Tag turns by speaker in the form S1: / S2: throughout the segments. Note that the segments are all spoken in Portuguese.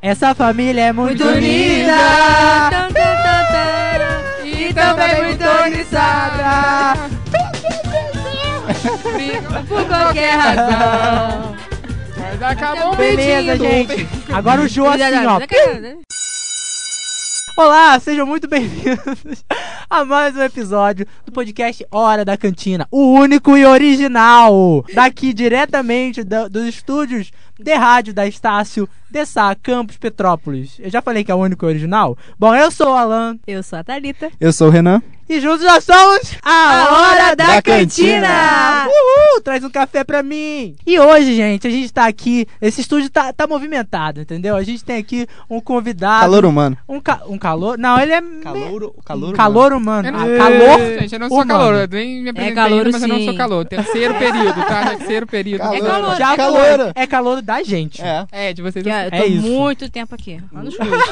S1: Essa família é muito,
S2: Muito unida. Tan, tan, tan, tan.
S1: E também muito organizada.
S2: Brigam por qualquer razão.
S3: Mas acabou o
S1: Beleza,
S3: medinho.
S1: gente. Agora o Jô assim, ó. Olá, sejam muito bem-vindos a mais um episódio do podcast Hora da Cantina, o único e original, daqui diretamente da- dos estúdios de rádio da Estácio de Sá, Campos Petrópolis. Eu já falei que é o único e original? Bom, eu sou o Alan
S2: Eu sou a Thalita.
S4: Eu sou o Renan.
S1: e juntos nós somos a,
S2: Hora da Cantina.
S1: Uhul, traz um café pra mim! E hoje, gente, a gente tá aqui, esse estúdio tá, tá movimentado, entendeu? A gente tem aqui um convidado...
S4: Calor humano.
S1: Um, ca- um calor? Não, ele é... me-
S4: calor,
S1: Calor humano.
S3: Eu não-
S1: Ah, calor?
S3: É Gente, eu não sou
S1: humano.
S3: calor. Eu nem me apresentei
S2: calor,
S3: ainda, mas eu não
S2: sim.
S3: sou É calor. Terceiro período, tá? Terceiro período.
S4: Calor.
S3: É calor.
S1: Já
S4: Caloura.
S1: foi. É calor da gente.
S4: É.
S3: É, de vocês.
S2: Que eu tô
S1: É isso.
S2: muito tempo aqui. Anos luz.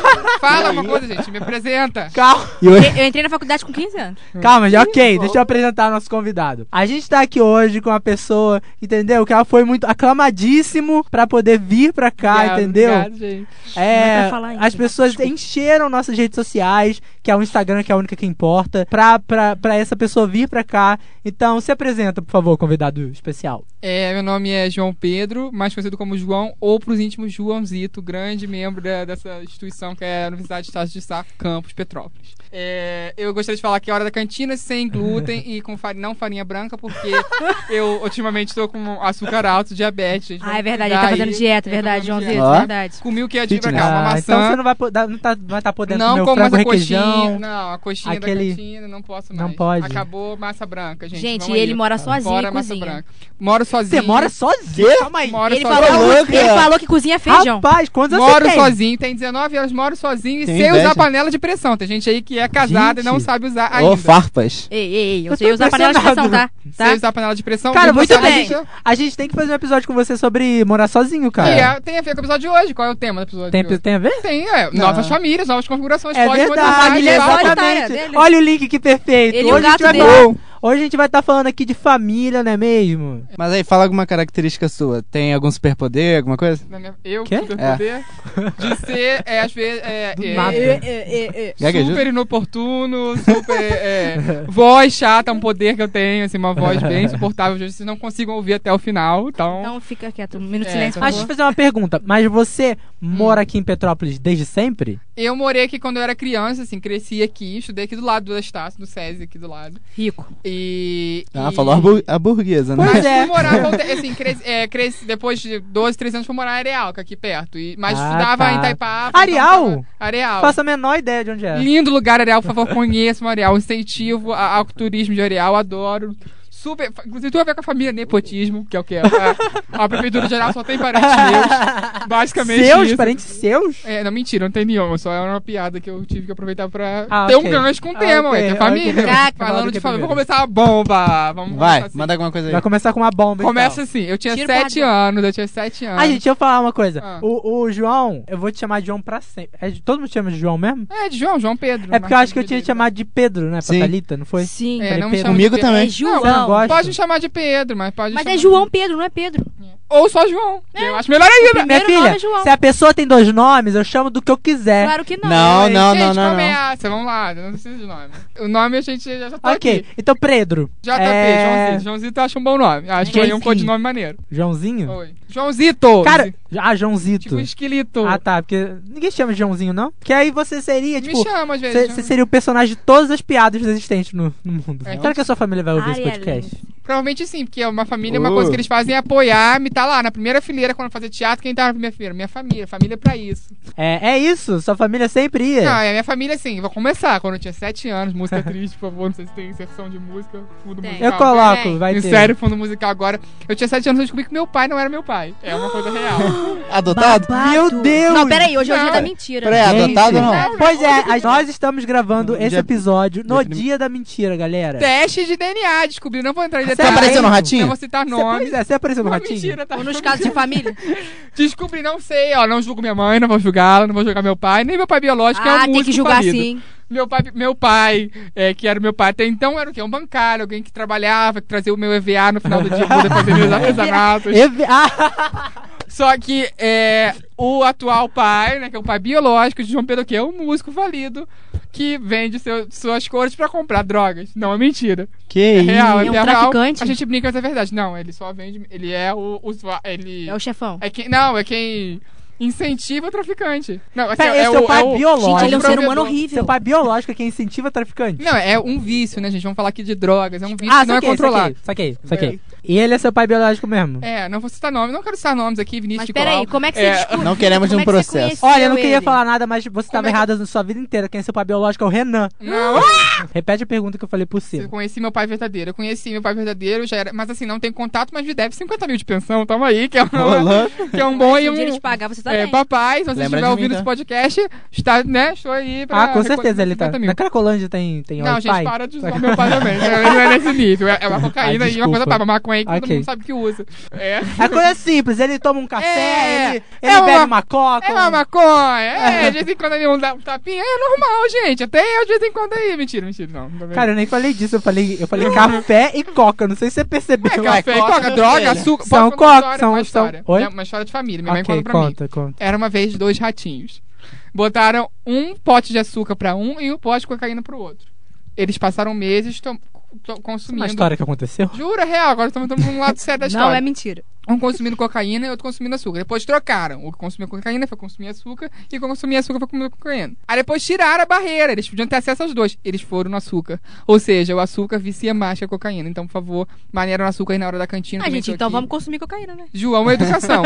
S3: Fala uma coisa, gente. Me apresenta.
S1: Calma,
S4: E hoje,
S2: Eu entrei na faculdade com 15 anos.
S3: Hum.
S1: calma, já ok. Deixa eu apresentar nosso convidado. A gente tá aqui hoje com uma pessoa, entendeu? Que ela foi muito aclamadíssimo pra poder vir pra cá,
S3: Obrigado,
S1: entendeu?
S3: obrigado, gente.
S1: É,
S2: Não é pra falar ainda.
S1: as pessoas encheram nossas redes sociais, que é o Instagram, que é a única que importa, pra, pra, pra essa pessoa vir pra cá. Então, se apresenta, por favor, convidado especial.
S3: É, meu nome é João Pedro, mais conhecido como João, ou pros íntimos Joãozito, grande membro da- dessa instituição que é a Universidade de Estado de Sá, Campos Petrópolis. É, eu gostaria de falar que é hora da cantina sem glúten e com farinha, não farinha branca, porque eu ultimamente estou com açúcar alto, diabetes. gente.
S2: Ah,
S3: Vamos
S2: é verdade. Ele
S3: cuidar
S2: tá fazendo
S3: aí.
S2: dieta,
S3: Eu tô
S2: verdade,
S3: fazendo
S2: Joãozinho.
S3: dieta.
S4: Ó.
S2: Verdade.
S3: Comi o que é de pra
S4: Fitness.
S3: cá, uma
S1: Ah, então você
S3: maçã.
S1: não vai, po- não tá, vai tá podendo
S3: Não
S1: comer o
S3: como
S1: frango
S3: essa coxinha.
S1: requeijão.
S3: Não, a coxinha
S1: Aquele-
S3: da cantina, não posso
S1: Não
S3: mais.
S1: pode.
S3: Acabou massa branca, gente.
S2: Gente,
S3: Vamos
S2: ele
S3: aí.
S2: mora sozinho
S3: Fora
S2: e
S3: massa
S2: cozinha.
S3: branca. Moro sozinho.
S1: Você mora sozinho?
S4: Quê?
S1: Calma aí.
S3: Moro
S2: Ele
S3: sozinho.
S4: Ô,
S2: falou,
S4: louca!
S2: ele falou que cozinha feijão.
S1: Rapaz, quantos anos
S3: Moro
S1: você tem?
S3: sozinho, tem 19 anos, moro sozinho e
S4: Tem
S3: sei usar
S4: inveja.
S3: panela de pressão. Tem gente aí que é casada e não
S4: Gente.
S3: sabe usar
S4: Ô,
S3: ainda.
S4: farpas.
S2: Ei, ei, ei.
S1: Eu
S2: Eu sei
S1: tô
S2: usar panela de pressão, tá?
S1: impressionado.
S3: Sei
S2: Tá?
S3: usar panela de pressão.
S1: Cara,
S3: e
S1: muito
S3: você
S2: bem.
S3: acha-
S1: A gente tem que fazer um episódio com você sobre morar sozinho, cara.
S3: E é, tem a ver com o episódio de hoje. Qual é o tema do episódio
S1: Tem,
S3: de hoje?
S1: tem a ver?
S3: Tem, é, novas famílias, novas configurações.
S1: É
S3: pode
S1: verdade,
S3: mudar,
S2: família
S3: e
S2: é
S3: tal.
S2: só-
S1: exatamente.
S2: História dele.
S1: Olha o link que perfeito.
S2: Ele e o
S1: hoje, a gente
S2: gato
S1: vai
S2: dele.
S1: falar-
S4: Uou.
S1: hoje a gente vai estar falando aqui de família, não é mesmo?
S4: Mas aí, fala alguma característica sua. Tem algum superpoder, alguma coisa?
S3: Na minha- Eu,
S1: Quê?
S3: superpoder, de ser, é, às vezes, é,
S1: Do
S3: é,
S1: nada.
S3: é,
S4: Gaguejou?
S3: Super inoportuno, super. é, voz chata, é um poder que eu tenho, assim, uma voz bem insuportável. Vocês não consigam ouvir até o final, então.
S2: Então fica quieto. Um minuto de
S3: É,
S2: silêncio, por
S1: Mas deixa eu
S2: favor.
S1: Então, fazer uma pergunta. Mas você mora aqui em Petrópolis desde sempre?
S3: Eu morei aqui quando eu era criança, assim, cresci aqui, estudei aqui do lado da Estácio, do SESI aqui do lado.
S2: Rico.
S3: E.
S4: Ah,
S3: e-
S4: falou a, bu- a burguesa, né?
S1: Pois
S3: Mas
S1: é.
S3: fui morar, voltei, assim, cresci, é, cresci- depois de 12, 13 anos fui morar em Areal, que é aqui perto. E, mas
S1: Ah,
S3: estudava
S1: tá.
S3: em Itaipava.
S1: Areal?
S3: então tava- Areal.
S1: Faço a menor ideia de onde é.
S3: Lindo lugar, Areal, por favor, conheçam Areal. Incentivo a- ao turismo de Areal, adoro. Super. fa- Inclusive, tudo a ver com a família Nepotismo, que é o que? é. A, a prefeitura geral só tem parentes meus. Basicamente.
S1: Seus,
S3: isso.
S1: parentes seus?
S3: É, não, mentira, não tem nenhum. Só era uma piada que eu tive que aproveitar pra
S1: Ah,
S3: ter
S1: ok.
S3: um gancho com o
S1: Ah, ok,
S3: tema, ué, que é
S1: ok.
S3: família.
S1: Caraca,
S3: Falando
S1: maluco,
S3: de família,
S1: primeiro.
S3: vamos começar a bomba. Vamos
S4: Vai,
S3: começar assim.
S4: manda alguma coisa aí.
S1: Vai começar com uma bomba.
S3: Começa
S1: então.
S3: assim, eu tinha
S2: Tiro
S3: sete
S2: porrada.
S3: anos, eu tinha sete anos.
S1: Ah, gente, deixa eu falar uma coisa.
S3: Ah.
S1: O, o João, eu vou te chamar de João pra sempre. É, todo mundo te chama de João mesmo?
S3: É, de João, João Pedro.
S1: É porque eu acho que eu tinha
S3: tinha
S1: te chamado de Pedro, né? Pra
S4: Sim.
S1: Thalita, não foi?
S2: Sim.
S3: É, não me
S1: Pedro.
S3: chama
S4: Comigo
S3: de Pedro.
S4: também.
S2: É João.
S1: Você não gosta?
S3: Pode me chamar de Pedro, mas pode
S2: Mas
S3: chamar
S2: é
S3: de-
S2: João Pedro, não é Pedro.
S3: Ou só João.
S1: É.
S3: Eu acho melhor ainda.
S1: Minha
S2: Primeiro nome
S1: filha,
S2: é João.
S1: se a pessoa tem dois nomes, eu chamo do que eu quiser.
S2: Claro que não.
S4: Não, não,
S3: gente,
S4: não, não,
S3: como é
S4: não.
S3: essa? Vamos lá, eu não preciso de nome. O nome a gente já já tá
S1: ok,
S3: aqui. tá
S1: então Pedro.
S3: JP,
S1: é...
S3: Joãozito. Joãozito eu acho um bom nome. Acho que é um
S1: Joãozinho.
S3: codinome maneiro.
S4: Hum.
S1: Joãozinho?
S3: Oi. Joãozito.
S1: Cara, ah, Joãozito.
S3: Tipo um esquilito.
S1: Ah, tá, porque ninguém chama de Joãozinho, não? Porque aí você seria,
S3: Me
S1: tipo,
S3: chama às vezes. né?
S1: você seria o personagem de todas as piadas existentes no, no mundo.
S3: É.
S1: Será que a sua família vai ouvir esse
S2: Ariel.
S1: podcast?
S3: Provavelmente sim, porque é uma família, uma
S4: Uh.
S3: coisa que eles fazem é apoiar, me tá lá na primeira fileira quando eu fazia teatro, quem tá na primeira fileira? Minha família, família é pra isso.
S1: É, é isso, sua família sempre ia.
S3: Não, é minha família sim, vou começar, quando eu tinha sete anos, música triste, por favor, não sei se tem inserção de música, fundo
S2: Tem.
S3: musical.
S1: eu coloco,
S2: é.
S1: vai ter.
S3: Insere fundo musical agora. Eu tinha sete anos, eu descobri que meu pai não era meu pai. É uma coisa real.
S4: Adotado?
S2: Babado.
S1: Meu Deus!
S2: Não, peraí, hoje é o dia
S3: Não.
S2: da mentira.
S4: Peraí,
S1: Gente.
S4: adotado ou não?
S1: Pois é, as- nós estamos gravando
S4: No
S1: esse
S4: dia-
S1: episódio no
S4: Defini-
S1: dia da mentira, galera.
S3: Teste de DNA, descobri, não vou entrar em
S1: Você
S3: detalhes.
S1: apareceu no
S4: ratinho?
S3: Não vou citar
S1: Você, pois
S3: nomes.
S1: é, você apareceu no
S3: Não,
S1: ratinho?
S3: mentira, tá?
S2: Ou nos casos de família.
S3: Descobri, não sei, ó, não julgo minha mãe, não vou julgá-la, não vou julgar meu pai, nem meu pai biológico, é um
S2: ah, tem
S3: músico
S2: que julgar
S3: falido.
S2: sim.
S3: Meu pai, meu pai é, que era o meu pai até então, era o quê? Um bancário, alguém que trabalhava, que trazia o meu EVA no final do dia pra poder fazer meus artesanatos.
S1: Ev- Ah,
S3: Só que é, o atual pai, né, que é o pai biológico de João Pedro, que é um músico falido, que vende seu- suas cores pra comprar drogas. Não, é mentira.
S4: Que
S3: É
S4: isso?
S3: real, é,
S2: É um
S3: real.
S2: traficante?
S3: A gente brinca, mas é verdade. Não, ele só vende... Ele é o... usua- ele...
S2: É o chefão.
S3: É quem, não, é quem incentiva o traficante. Não, assim,
S1: Pera,
S3: é,
S1: esse
S3: o,
S1: é o pai
S3: é o-
S1: biológico.
S2: Gente, ele é um ser humano
S3: provedor.
S2: horrível.
S1: seu pai biológico é quem incentiva traficante.
S3: Não, é um vício, né, gente? Vamos falar aqui de drogas. É um vício
S1: ah,
S3: que não é
S1: saquei,
S3: controlado.
S1: Saquei, saquei, saquei. E ele é seu pai biológico mesmo?
S3: É, não vou citar nomes, não quero citar nomes aqui, Vinícius
S2: Mas
S3: de
S2: peraí, como é que você
S3: É,
S2: descobriu?
S4: não queremos
S2: como
S4: um
S2: é que você
S4: processo.
S2: conheceu
S1: Olha, eu não queria
S2: ele?
S1: falar nada, mas você
S3: Como
S1: tava
S3: é que-
S1: errada na sua vida inteira. Quem é seu pai biológico é o Renan.
S3: Não,
S1: Repete a pergunta que eu falei por
S3: eu
S1: cima.
S3: conheci meu pai verdadeiro. Eu conheci meu pai verdadeiro, já era. Mas assim, não tem contato, mas me deve 50 mil de pensão. Tamo aí, que é, uma,
S4: Rolando.
S3: que é um bom e
S2: Se um
S3: um.
S2: dia ele te pagar, você tá
S3: É,
S2: bem.
S3: papai, se você
S4: Lembra
S3: estiver
S4: de mim,
S3: ouvindo
S4: tá?
S3: esse podcast, está, né? Estou aí pra.
S1: né? Ah, com certeza ele tá.
S3: 50 mil.
S1: Na Cracolândia tem, tem
S3: Não,
S1: Wi-Fi.
S3: gente, para de usar meu pai também. né? Ele não é nesse nível. É é uma cocaína
S1: Ah,
S3: e uma coisa
S1: desculpa.
S3: pra maconha que todo
S1: Ok.
S3: mundo sabe que usa. É.
S1: A coisa é simples, ele toma um café,
S3: É,
S1: ele,
S3: é
S1: ele bebe
S3: uma-
S1: uma coca.
S3: É
S1: um-
S3: uma maconha, é, de vez em quando ele um dá um tapinha, é normal, gente, até eu de vez em quando aí, mentira, mentira, não. não é
S1: Cara, eu nem falei disso, eu falei, eu falei café e coca, não sei se você percebeu.
S3: verdade.
S4: ué,
S3: é, café,
S4: coca,
S3: coca,
S4: meu
S3: droga,
S4: filho.
S3: açúcar,
S1: São
S3: posso contar
S1: coca,
S3: uma história,
S1: são-
S3: uma
S1: são-
S3: história,
S1: Oi?
S3: é uma história de família, minha mãe
S1: ok,
S3: conta pra mim.
S1: conta, conta.
S3: Era uma vez dois ratinhos, botaram um pote de açúcar pra um e um pote de cocaína pro outro. Eles passaram meses tom- to-
S1: é Uma
S3: consumindo.
S1: história que aconteceu?
S3: Jura, real, agora estamos num lado sério da história.
S2: Não, é mentira.
S3: Um consumindo cocaína e outro consumindo açúcar. Depois trocaram. O que consumia cocaína foi consumir açúcar e o que consumia açúcar foi comer cocaína. Aí depois tiraram a barreira. Eles podiam ter acesso aos dois. Eles foram no açúcar. Ou seja, o açúcar vicia mais que a cocaína. Então, por favor, maneira no açúcar aí na hora da cantina.
S2: Ah,
S3: também
S2: gente,
S3: tô
S2: então
S3: aqui.
S2: vamos consumir cocaína, né?
S3: João é educação.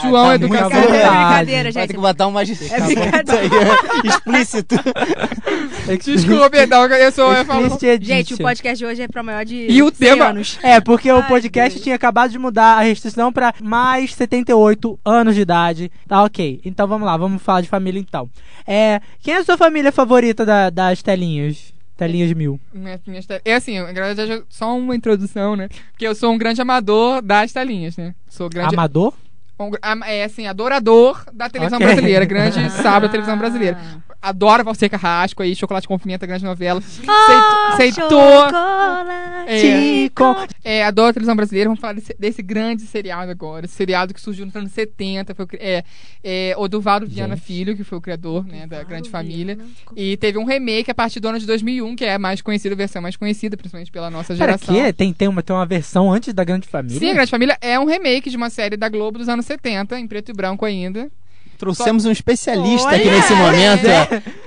S3: João é
S4: tá muito
S3: educação.
S4: à vontade.
S2: Brincadeira,
S1: verdade.
S2: brincadeira,
S4: Vai
S2: gente.
S4: ter que botar um magistrado.
S2: É brincadeira.
S4: Explícito.
S3: Desculpa, perdão, então, eu sou. Eu falo...
S1: Explicit edition.
S2: Gente, o podcast de hoje é pra maior de
S3: E
S2: 100
S3: o tema-
S2: anos.
S1: É, porque o
S2: Ai,
S1: podcast
S2: Deus.
S1: tinha acabado de mudar a restrição pra mais 78 anos de idade. Tá ok. Então vamos lá, vamos falar de família então. É, quem é a sua família favorita da- das telinhas? Telinhas mil.
S3: Minha- minhas te- É assim, na verdade, é só uma introdução, né? Porque eu sou um grande amador das telinhas, né? Sou grande
S1: Amador?
S3: Um gr- am- É assim, adorador da televisão
S1: Ok.
S3: brasileira, grande sábado da televisão
S2: Ah.
S3: brasileira. Adoro Valser Carrasco aí, Chocolate com Pimenta, grande novela.
S2: Ah,
S3: Sei- Aceitou.
S2: chocolate.
S3: É.
S1: Tico.
S3: É, adoro a televisão brasileira, vamos falar desse, desse grande seriado agora. Esse seriado que surgiu nos anos 70, foi, o cri- é, é, Oduvaldo Viana Filho, que foi o criador né, da Grande Família. E teve um remake a partir do ano de 2001, que é a mais conhecida, a versão mais conhecida, principalmente pela nossa
S1: Pera,
S3: geração.
S1: que é? tem, tem, uma, tem uma versão antes da Grande Família?
S3: Sim, a Grande Família é um remake de uma série da Globo dos anos 70, em preto e branco ainda.
S4: Trouxemos um especialista aqui
S1: Olha,
S4: nesse momento.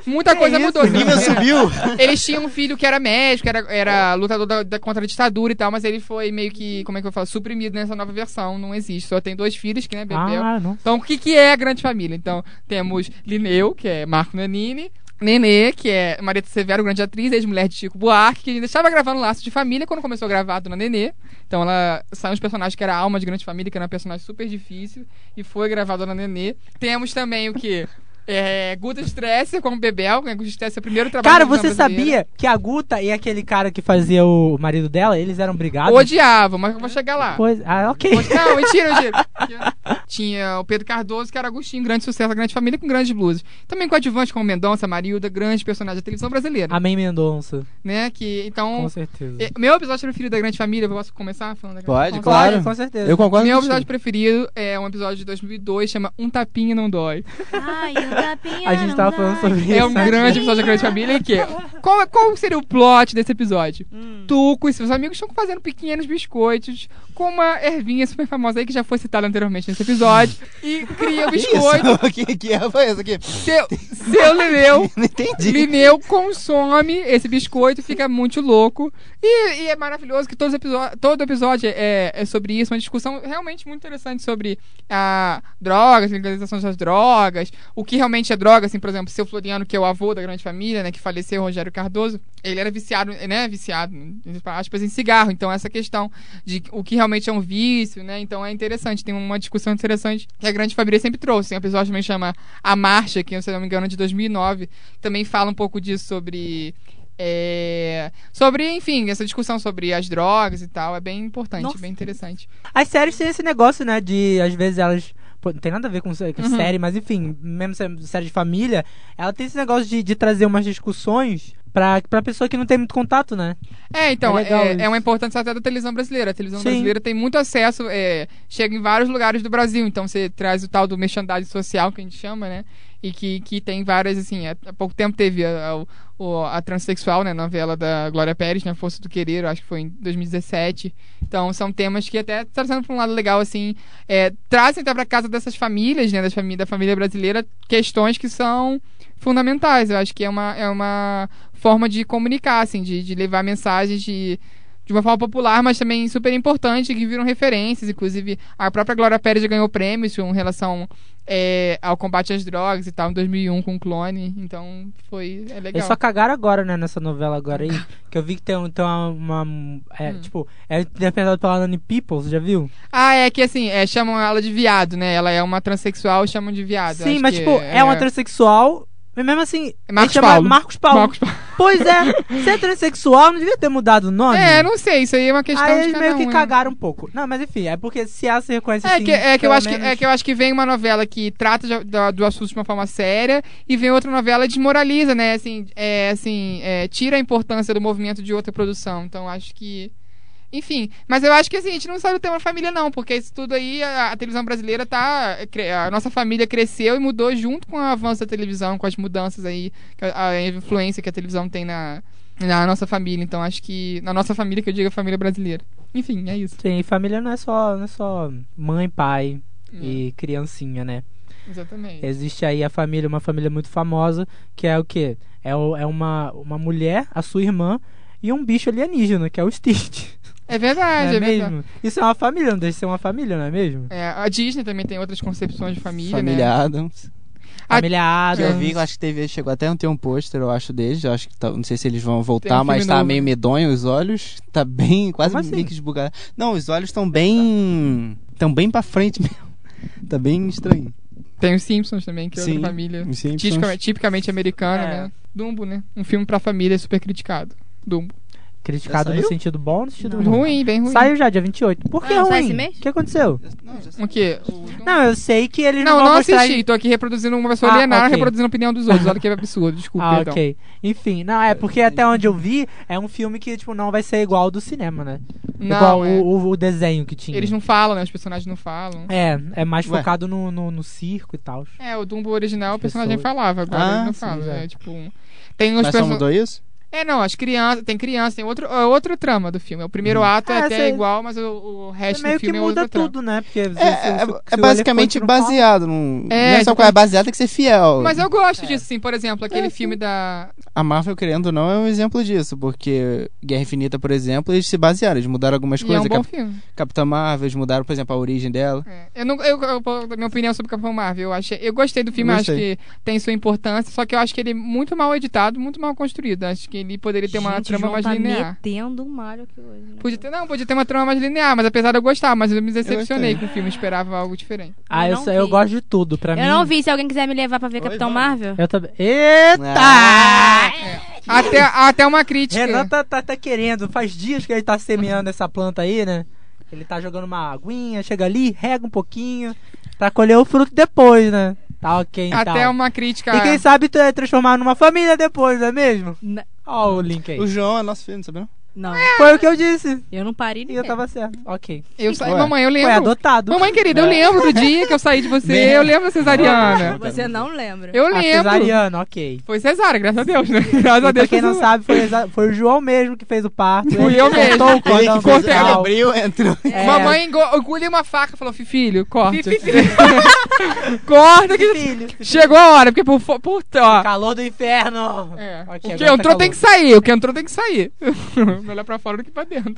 S3: Muita
S1: Que
S3: coisa
S1: isso?
S3: mudou.
S4: O nível
S3: né?
S4: subiu.
S3: Eles tinham um filho que era médico, era, era lutador da, da- contra a ditadura e tal, mas ele foi meio que, como é que eu falo, suprimido nessa nova versão, não existe. Só tem dois filhos, que né, Bebel.
S1: Ah, não.
S3: Então, o que, que é a grande família? Então, temos Lineu, que é Marco Nanini, Nenê, que é Marieta Severo, grande atriz, ex-mulher de Chico Buarque, que ainda estava gravando Laço de Família quando começou a gravar a Dona Nenê. Então, ela saiu uns personagens que era a alma de grande família, que era um personagem super difícil, e foi gravar a Dona Nenê. Temos também o quê? É, Guta Stresser como Bebel, né? Guta Stresser é o primeiro trabalho
S1: Cara,
S3: da televisão
S1: você
S3: brasileira.
S1: sabia que a Guta e aquele cara que fazia o marido dela, eles eram brigados?
S3: Odiava, mas eu vou chegar lá.
S1: Pois- Ah, ok.
S3: Não, mentira, mentira. Tinha o Pedro Cardoso, que era Agostinho, grande sucesso, a grande família com grandes blusas. Também coadjuvantes como Mendonça, Marilda, grandes personagens da televisão brasileira,
S1: Amém Mendonça,
S3: né? Que,
S1: com
S3: então,
S1: certeza.
S3: eh, meu episódio preferido da grande família, eu posso começar falando da grande família?
S4: Pode, claro.
S1: com certeza.
S4: Eu concordo
S3: Meu
S4: contigo.
S3: episódio preferido é um episódio de 2002, chama Um Tapinha Não Dói.
S2: Ai, o tapinha
S1: A gente
S2: não
S1: tava
S2: dá.
S1: falando sobre isso.
S3: É um
S1: né?
S3: grande episódio da Grande Família que qual, qual seria o plot desse episódio?
S2: Hum.
S3: Tuco e seus amigos estão fazendo pequenos biscoitos com uma ervinha super famosa aí que já foi citada anteriormente nesse episódio e cria o biscoito.
S4: Isso, que, que é, foi isso aqui?
S3: Seu, seu Lineu,
S4: Não entendi.
S3: Lineu consome esse biscoito, fica muito louco. E, e é maravilhoso que todos os episo- todo episódio é, é sobre isso, uma discussão realmente muito interessante sobre a drogas, legalização das drogas, o que realmente é droga, assim, por exemplo, seu Floriano, que é o avô da grande família, né, que faleceu, Rogério Cardoso, ele era viciado, né, viciado, entre aspas, em cigarro, então essa questão de o que realmente é um vício, né, então é interessante, tem uma discussão interessante que a grande família sempre trouxe, tem um episódio também que chama A Marcha, que, se eu não me engano, é de 2009, também fala um pouco disso sobre... é, sobre, enfim, essa discussão sobre as drogas e tal é bem importante,
S1: Nossa.
S3: bem interessante.
S1: As séries têm esse negócio, né? De às vezes elas pô, não tem nada a ver com, sé-
S3: Uhum.
S1: com série, mas enfim, mesmo sé- série de família, ela tem esse negócio de, de trazer umas discussões pra, pra pessoa que não tem muito contato, né?
S3: É, então,
S1: É
S3: é,
S1: legal isso.
S3: é, uma importância até da televisão brasileira. A televisão
S1: Sim.
S3: brasileira tem muito acesso, é, chega em vários lugares do Brasil. Então, você traz o tal do merchandising social, que a gente chama, né? E que, que tem várias, assim, há há pouco tempo teve a, a, o- a transexual, né? Novela da Glória Pérez, né? Força do Querer, eu acho que foi em 2017. Então, são temas que até trazendo pra um lado legal, assim, é, trazem até pra casa dessas famílias, né? Das famí da família brasileira, questões que são fundamentais. Eu acho que é uma, é uma forma de comunicar, assim, de, de levar mensagens de, de uma forma popular, mas também super importante, que viram referências. Inclusive, a própria Glória Pérez já ganhou prêmios em relação é, ao combate às drogas e tal, em 2001 com o clone. Então, foi é legal.
S1: Eles só cagaram agora, né, nessa novela agora aí. que eu vi que tem, um- tem uma. uma- é,
S3: Hum.
S1: Tipo, é interpretado pela Nani People, você já viu?
S3: Ah, é que assim, é, chamam ela de viado, né? Ela é uma transexual e chamam de viado. Ah, Eu
S1: Sim,
S3: acho
S1: mas
S3: que
S1: tipo, é, uma transexual. Mas mesmo assim,
S3: É Marcos
S1: ele chama
S3: Paulo.
S1: Marcos Paulo.
S3: Marcos Paulo.
S1: Pois é, se é transexual, não devia ter mudado o nome.
S3: É, não sei, isso aí é uma questão
S1: Aí
S3: de
S1: eles
S3: cada
S1: meio que
S3: um, né?
S1: cagaram um pouco. Não, mas enfim, é porque se ela se reconhece
S3: É
S1: assim,
S3: que, é, que eu
S1: pelo
S3: acho que, é
S1: menos-
S3: que eu acho que vem uma novela que trata de- do, do assunto de uma forma séria e vem outra novela e desmoraliza, né? Assim, é, assim é, tira a importância do movimento de outra produção. Então acho que. Enfim, mas eu acho que assim, a gente não sabe o tema família, não, porque isso tudo aí, a, a televisão brasileira tá. cre- A nossa família cresceu e mudou junto com o avanço da televisão, com as mudanças aí, que a, a influência que a televisão tem na, na nossa família. Então acho que. Na nossa família, que eu digo a família brasileira. Enfim, é isso.
S1: Sim, família não é só, não é só mãe, pai
S3: Hum.
S1: e criancinha, né?
S3: Exatamente.
S1: Existe aí a família, uma família muito famosa, que é o quê? É, o- é uma, uma mulher, a sua irmã, e um bicho alienígena, que é o Stitch.
S3: É verdade,
S1: não
S3: é,
S1: é
S3: verdade.
S1: mesmo? Isso é uma família, não deixa de ser uma família, não é mesmo?
S3: É, a Disney também tem outras concepções de família,
S4: Família
S3: né?
S4: Adams.
S3: A-
S1: Família
S4: Que
S1: Adams.
S4: eu vi, eu acho que teve, chegou até a ter um pôster, eu acho, deles. Eu acho que tá- não sei se eles vão
S3: um
S4: voltar,
S3: filme
S4: mas tá
S3: novo,
S4: meio
S3: né?
S4: medonho os olhos. Tá bem, quase
S1: Como assim?
S4: meio que esbugado. Não, os olhos estão bem. estão bem pra frente mesmo. Tá bem estranho.
S3: Tem os Simpsons também, que é
S4: Sim.
S3: outra família
S4: Os Simpsons.
S3: tipicamente, tipicamente americana,
S1: É.
S3: né? Dumbo, né? Um filme pra família super criticado. Dumbo.
S1: Criticado
S4: Já
S1: no
S4: saiu?
S1: sentido bom ou no sentido ruim?
S3: Ruim, bem ruim.
S1: Saiu já, dia 28. Por que
S2: Ah, não
S1: ruim?
S2: sai esse mês?
S1: O que aconteceu?
S3: O Um quê? O-
S1: Não, eu sei que eles
S3: Não,
S1: não
S3: não,
S1: vão mostrar...
S3: assisti. Tô aqui reproduzindo uma pessoa
S1: Ah,
S3: alienada,
S1: ok.
S3: reproduzindo a opinião dos outros. Olha que absurdo, desculpa.
S1: Ah,
S3: perdão.
S1: ok. Enfim, não, é porque até onde eu vi, é um filme que, tipo, não vai ser igual ao do cinema, né?
S3: Não,
S1: igual
S3: é.
S1: o, o- o desenho que tinha.
S3: Eles não falam, né? Os personagens não falam.
S1: É, é mais
S4: Ué.
S1: focado no, no, no circo e tal.
S3: É, o Dumbo original
S1: As
S3: o personagem
S1: pessoas.
S3: falava, agora
S4: Ah,
S3: ele não
S4: sim,
S3: fala.
S1: já.
S3: É tipo. um- Tem os
S4: Mas só
S3: personagens.
S4: mudou isso?
S3: É, não, as crianças, tem criança, tem outro, é outro trama do filme. O primeiro ato é
S1: É,
S3: até
S1: cê-
S3: igual, mas o, o resto
S1: meio
S3: do
S1: que
S3: filme é
S1: muda
S3: outro trama.
S1: tudo, né? Porque se- se-
S4: É,
S1: se-
S4: é,
S1: se o
S4: é
S1: elefante
S4: basicamente
S1: não fala-
S4: baseado. Num,
S3: um É,
S4: não é só
S3: tipo-
S4: qual é baseado, tem que ser fiel.
S3: Mas eu gosto
S1: É.
S3: disso, sim. Por exemplo, aquele filme da.
S4: A Marvel, querendo ou não, é um exemplo disso, porque Guerra Infinita, por exemplo, eles se basearam, eles mudaram algumas
S3: E é
S4: coisas.
S3: um bom
S4: Cap-
S3: filme.
S4: Capitã Marvel, eles mudaram, por exemplo, a origem dela.
S3: É. Eu não, eu, eu- eu- minha opinião sobre Capitão Marvel, eu, achei, eu gostei do filme, acho
S4: Gostei.
S3: que tem sua importância, só que eu acho que ele é muito mal editado, muito mal construído. Acho que ele poderia ter uma
S2: Gente,
S3: trama
S2: João
S3: mais
S2: tá
S3: linear.
S2: metendo um malho aqui hoje. né?
S3: Podia ter, não, podia ter uma trama mais linear, mas apesar de eu gostar, mas eu me decepcionei
S4: gostei.
S3: com o filme, esperava algo diferente.
S1: Ah,
S2: Eu
S1: eu,
S2: não
S1: só- eu
S2: vi.
S1: gosto de tudo. Pra
S2: Eu
S1: mim.
S2: não vi. Se alguém quiser me levar pra ver Capitão Marvel.
S1: Eu também. Eita!
S4: Ah!
S3: Até, até uma crítica.
S1: Renan tá, tá, tá querendo. Faz dias que ele tá semeando essa planta aí, né? Ele tá jogando uma aguinha, chega ali, rega um pouquinho, pra colher o fruto depois, né? Tá ok, então.
S3: até uma crítica.
S1: E quem sabe tu é transformar numa família depois, não é mesmo?
S2: N-
S1: Ó o link aí.
S4: O João é nosso filho, não sabe não?
S2: Não,
S1: Foi o que eu disse.
S2: eu não parei
S1: E
S2: ninguém.
S1: eu tava certo. Ok.
S3: Eu sa...
S4: Ué.
S3: Mamãe, eu lembro.
S1: Foi adotado.
S3: Mamãe querida, eu
S1: É.
S3: lembro do dia que eu saí de você. Eu lembro da cesariana.
S2: Você não lembra.
S3: Eu
S1: Né? A
S3: lembro.
S1: cesariana, ok.
S3: Foi cesárea, graças a Deus, né? Graças a
S1: E pra
S3: Deus.
S1: quem não
S3: foi
S1: sabe, foi, exa- foi o João mesmo que fez o parto.
S3: Fui
S1: Ele
S3: eu
S1: que
S3: mesmo.
S1: cortou o cordão
S3: fez, ele
S1: umbilical.
S4: abriu, entrou.
S1: É,
S3: Mamãe engo- engoliu uma faca e falou: "Fi- Filho, corta. corta que.
S1: filho.
S3: Chegou a hora, porque por. fo- Puta, ó.
S1: Calor do inferno.
S3: É.
S1: Ok,
S3: o que
S1: agora tá
S3: entrou tem
S1: calor.
S3: que sair, o que entrou tem que sair. Melhor pra fora do que pra dentro.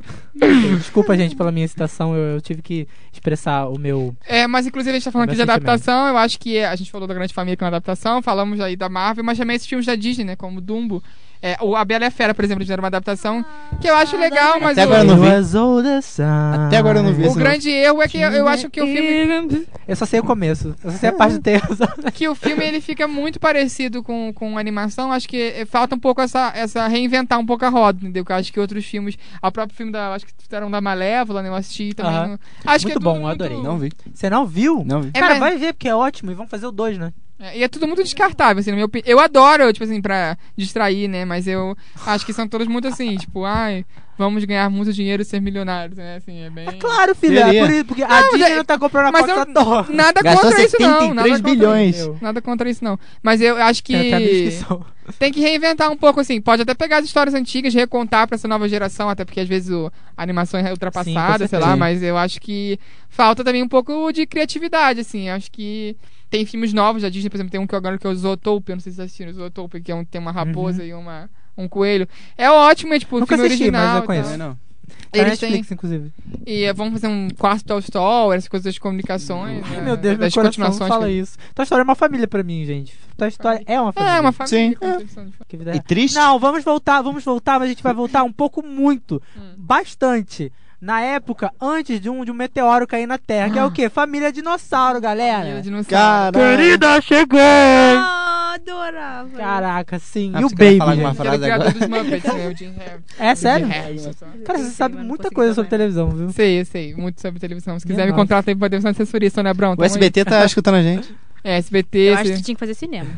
S1: Desculpa, gente, pela minha excitação. Eu, eu tive que expressar o meu.
S3: É, mas inclusive a gente tá falando
S1: Meu
S3: aqui de
S1: sentimento.
S3: adaptação, eu acho que é- a gente falou da Grande Família com adaptação, falamos aí da Marvel, mas também esses filmes da Disney, né, como Dumbo. É, o A Bela e a Fera, por exemplo, eles fizeram uma adaptação que eu acho legal, mas
S4: Até agora eu
S3: o,
S4: não vi.
S1: Was all the sun.
S4: Até agora eu não vi
S3: o
S4: esse não.
S3: grande erro é que eu, eu acho que o filme
S1: Eu só sei o começo. Eu só sei a parte do texto.
S3: que o filme ele fica muito parecido com, com animação. Acho que eh, falta um pouco essa, essa reinventar um pouco a roda, entendeu? Que eu acho que outros filmes, o próprio filme da, acho que fizeram da Malévola, né? Eu assisti também.
S1: Aham.
S3: não- Acho que é
S1: Muito bom,
S3: tudo muito-
S1: adorei.
S4: Não vi,
S1: Você não viu?
S4: não vi.
S3: É,
S1: Cara,
S3: mas-
S1: vai ver, porque é ótimo. E vamos fazer o 2, né?
S3: É, E é tudo muito descartável, assim, na minha opinião. Eu adoro, tipo assim, pra distrair, né? Mas eu acho que são todos muito assim, tipo, ai, vamos ganhar muito dinheiro e ser milionários, né? Assim, é bem.
S1: Claro, filha.
S4: Deveria.
S1: Por isso, porque a
S3: Não, mas
S1: Disney
S3: é-
S1: não tá comprando a
S3: mas
S1: Coca
S3: eu-
S1: Torre.
S3: Nada
S4: Gastou
S3: contra isso, não. Nada
S4: 73
S3: contra
S4: bilhões.
S3: isso. Nada contra isso, não. Mas eu acho que.
S1: Até a minha descrição.
S3: Tem que reinventar um pouco, assim. Pode até pegar as histórias antigas, recontar pra essa nova geração, até porque às vezes o, a animação é ultrapassada,
S1: Sim, com
S3: sei
S1: certeza.
S3: lá,
S4: Sim.
S3: mas eu acho que falta também um pouco de criatividade, assim. Acho que tem filmes novos da Disney, por exemplo, tem um que eu agora que é o Zootopia, não sei se vocês assistiram, Zootopia, que é um, tem uma raposa e uma, um coelho. É ótimo, é tipo um
S1: Uhum. Nunca
S3: filme
S1: assisti, mas
S3: original.
S1: eu conheço.
S3: e
S4: É, Não,
S3: tal.
S4: não.
S1: Tá na
S3: Eles têm,
S1: Netflix, inclusive.
S3: e é, vamos fazer um quarto Toy Story, essas coisas das comunicações. né,
S1: Meu Deus, meu
S3: das
S1: coração
S3: continuações.
S1: fala isso. Tua história é uma família pra mim, gente. Tua história é uma família.
S3: É, uma família.
S4: Sim.
S3: com concepção de família.
S1: Que vida é
S4: E triste?
S1: Não, vamos voltar, vamos voltar, mas a gente vai voltar um pouco muito.
S3: Hum.
S1: Bastante. Na época, antes de um, de um meteoro cair na Terra, que é o quê? Família dinossauro, galera.
S3: Dinossauro.
S4: Cara.
S1: cheguei!
S2: Ah, adorava.
S1: Caraca, sim.
S4: Ah,
S1: e o
S4: você quer falar
S1: Baby, gente?
S3: Que
S4: alguma
S3: era o
S4: Frase
S3: criador
S4: agora.
S3: dos Muppets, né? O Jim Harris.
S1: É sério?
S3: Jim Harris.
S1: Cara, você
S2: Sei,
S1: sabe
S2: mas não
S1: muita
S2: consegui
S1: coisa
S2: também.
S1: sobre televisão, viu?
S3: Sei, eu sei. Muito sobre televisão. Se
S1: Minha
S3: quiser me
S1: nossa.
S3: contrata aí pra televisão de assessoria, Sônia Abrão.
S4: O
S3: né, tamo aí.
S4: SBT tá escutando a gente.
S3: É, SBT.
S2: Eu acho que
S3: esse-
S2: tu tinha que fazer cinema.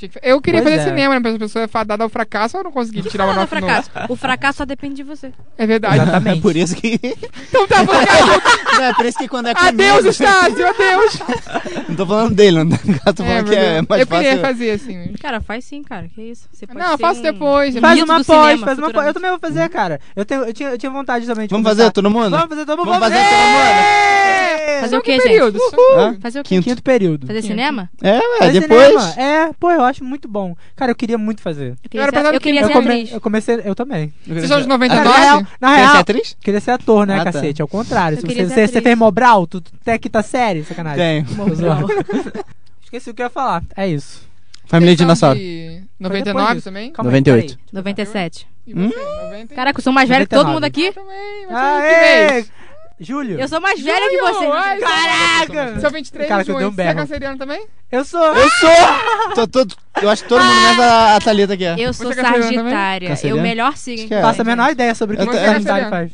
S3: tinha que- Eu queria
S1: Pois
S3: fazer
S1: é.
S3: cinema, né? Mas a pessoa é fadada ao fracasso, eu não consegui tirar uma
S2: Não, não,
S3: nota. no-
S2: fracasso. O fracasso só depende de você.
S3: É verdade.
S1: Exatamente.
S4: É por isso que.
S3: então tá bom, cara.
S4: Não, é por isso que quando é
S3: Adeus,
S4: comigo-
S3: Estácio. Adeus.
S4: Não tô falando dele, não. Tô falando que
S3: meu
S4: é
S3: Deus.
S4: mais
S3: eu
S4: fácil.
S3: queria fazer assim.
S2: Cara, faz sim, cara. Que isso? Você pode
S3: Não, eu
S2: ser
S3: faço
S2: um-
S3: depois.
S2: um
S1: Faz
S2: mito
S1: uma
S2: do
S1: pós, faz
S2: cinema,
S1: uma pós. Eu
S2: futuramente.
S1: também vou fazer, cara. Eu, tenho, eu, tinha, eu tinha vontade também de
S4: Vamos
S1: começar.
S4: fazer todo mundo?
S1: Vamos fazer todo mundo.
S4: Vamos fazer todo mundo?
S1: É!
S2: Fazer o
S3: Só
S2: quê,
S3: que
S2: gente?
S3: período. só-
S4: Hã?
S2: Fazer o quê?
S4: um Quinto.
S1: Quinto período.
S2: Fazer cinema?
S4: É, ué,
S1: Fazer
S4: depois.
S1: cinema? É, pô, eu acho muito bom. Cara, eu queria muito fazer.
S2: Eu
S3: Eu
S2: queria
S3: era
S2: ser,
S3: pesado
S2: eu queria
S3: que
S1: Eu,
S2: ser
S1: come-
S2: atriz.
S1: eu comecei, eu também.
S3: É, Vocês são os
S1: Na
S3: 99?
S2: é
S1: real, na
S4: Quer ser
S1: real,
S4: atriz?
S1: queria ser ator, né,
S4: Ah, tá.
S1: cacete? É o contrário.
S2: Eu
S1: Se
S2: queria
S1: você,
S2: ser
S1: você, você
S2: atriz.
S1: tem Mobral, tu tu até quinta série, sacanagem.
S4: Tem.
S1: Tô zoando. Esqueci o que eu ia falar. É isso.
S4: Família
S3: Vocês são
S4: Dinossauro.
S3: de
S1: Foi
S3: 99
S1: depois
S3: também?
S1: Calma
S4: 98.
S1: Aí,
S2: 97.
S3: E você? 90?
S2: Caraca, eu sou mais velha que todo mundo
S1: 99.
S2: aqui.
S3: Eu também. mas
S1: peraí.
S3: que
S1: Aê!
S3: mês?
S1: Júlio,
S2: Eu sou mais velha que
S3: Júlio,
S2: você.
S3: ai,
S1: Caraca!
S3: Sou 23
S1: Cara,
S3: de
S1: que eu dei
S3: junho.
S1: um
S3: Você é
S1: berro.
S3: canceriano também?
S1: eu sou.
S4: Eu sou! Tô todo- eu acho que todo mundo menos a, a Thalita aqui é.
S2: Eu sou
S3: Você é canceriano também?
S2: Sagitária. Eu
S4: Canceriano?
S2: melhor signo.
S4: Acho que é.
S1: Faço a
S2: gente.
S1: menor ideia sobre o que
S4: Eu
S1: o
S4: tô-
S1: Sagitário
S3: é.
S1: faz.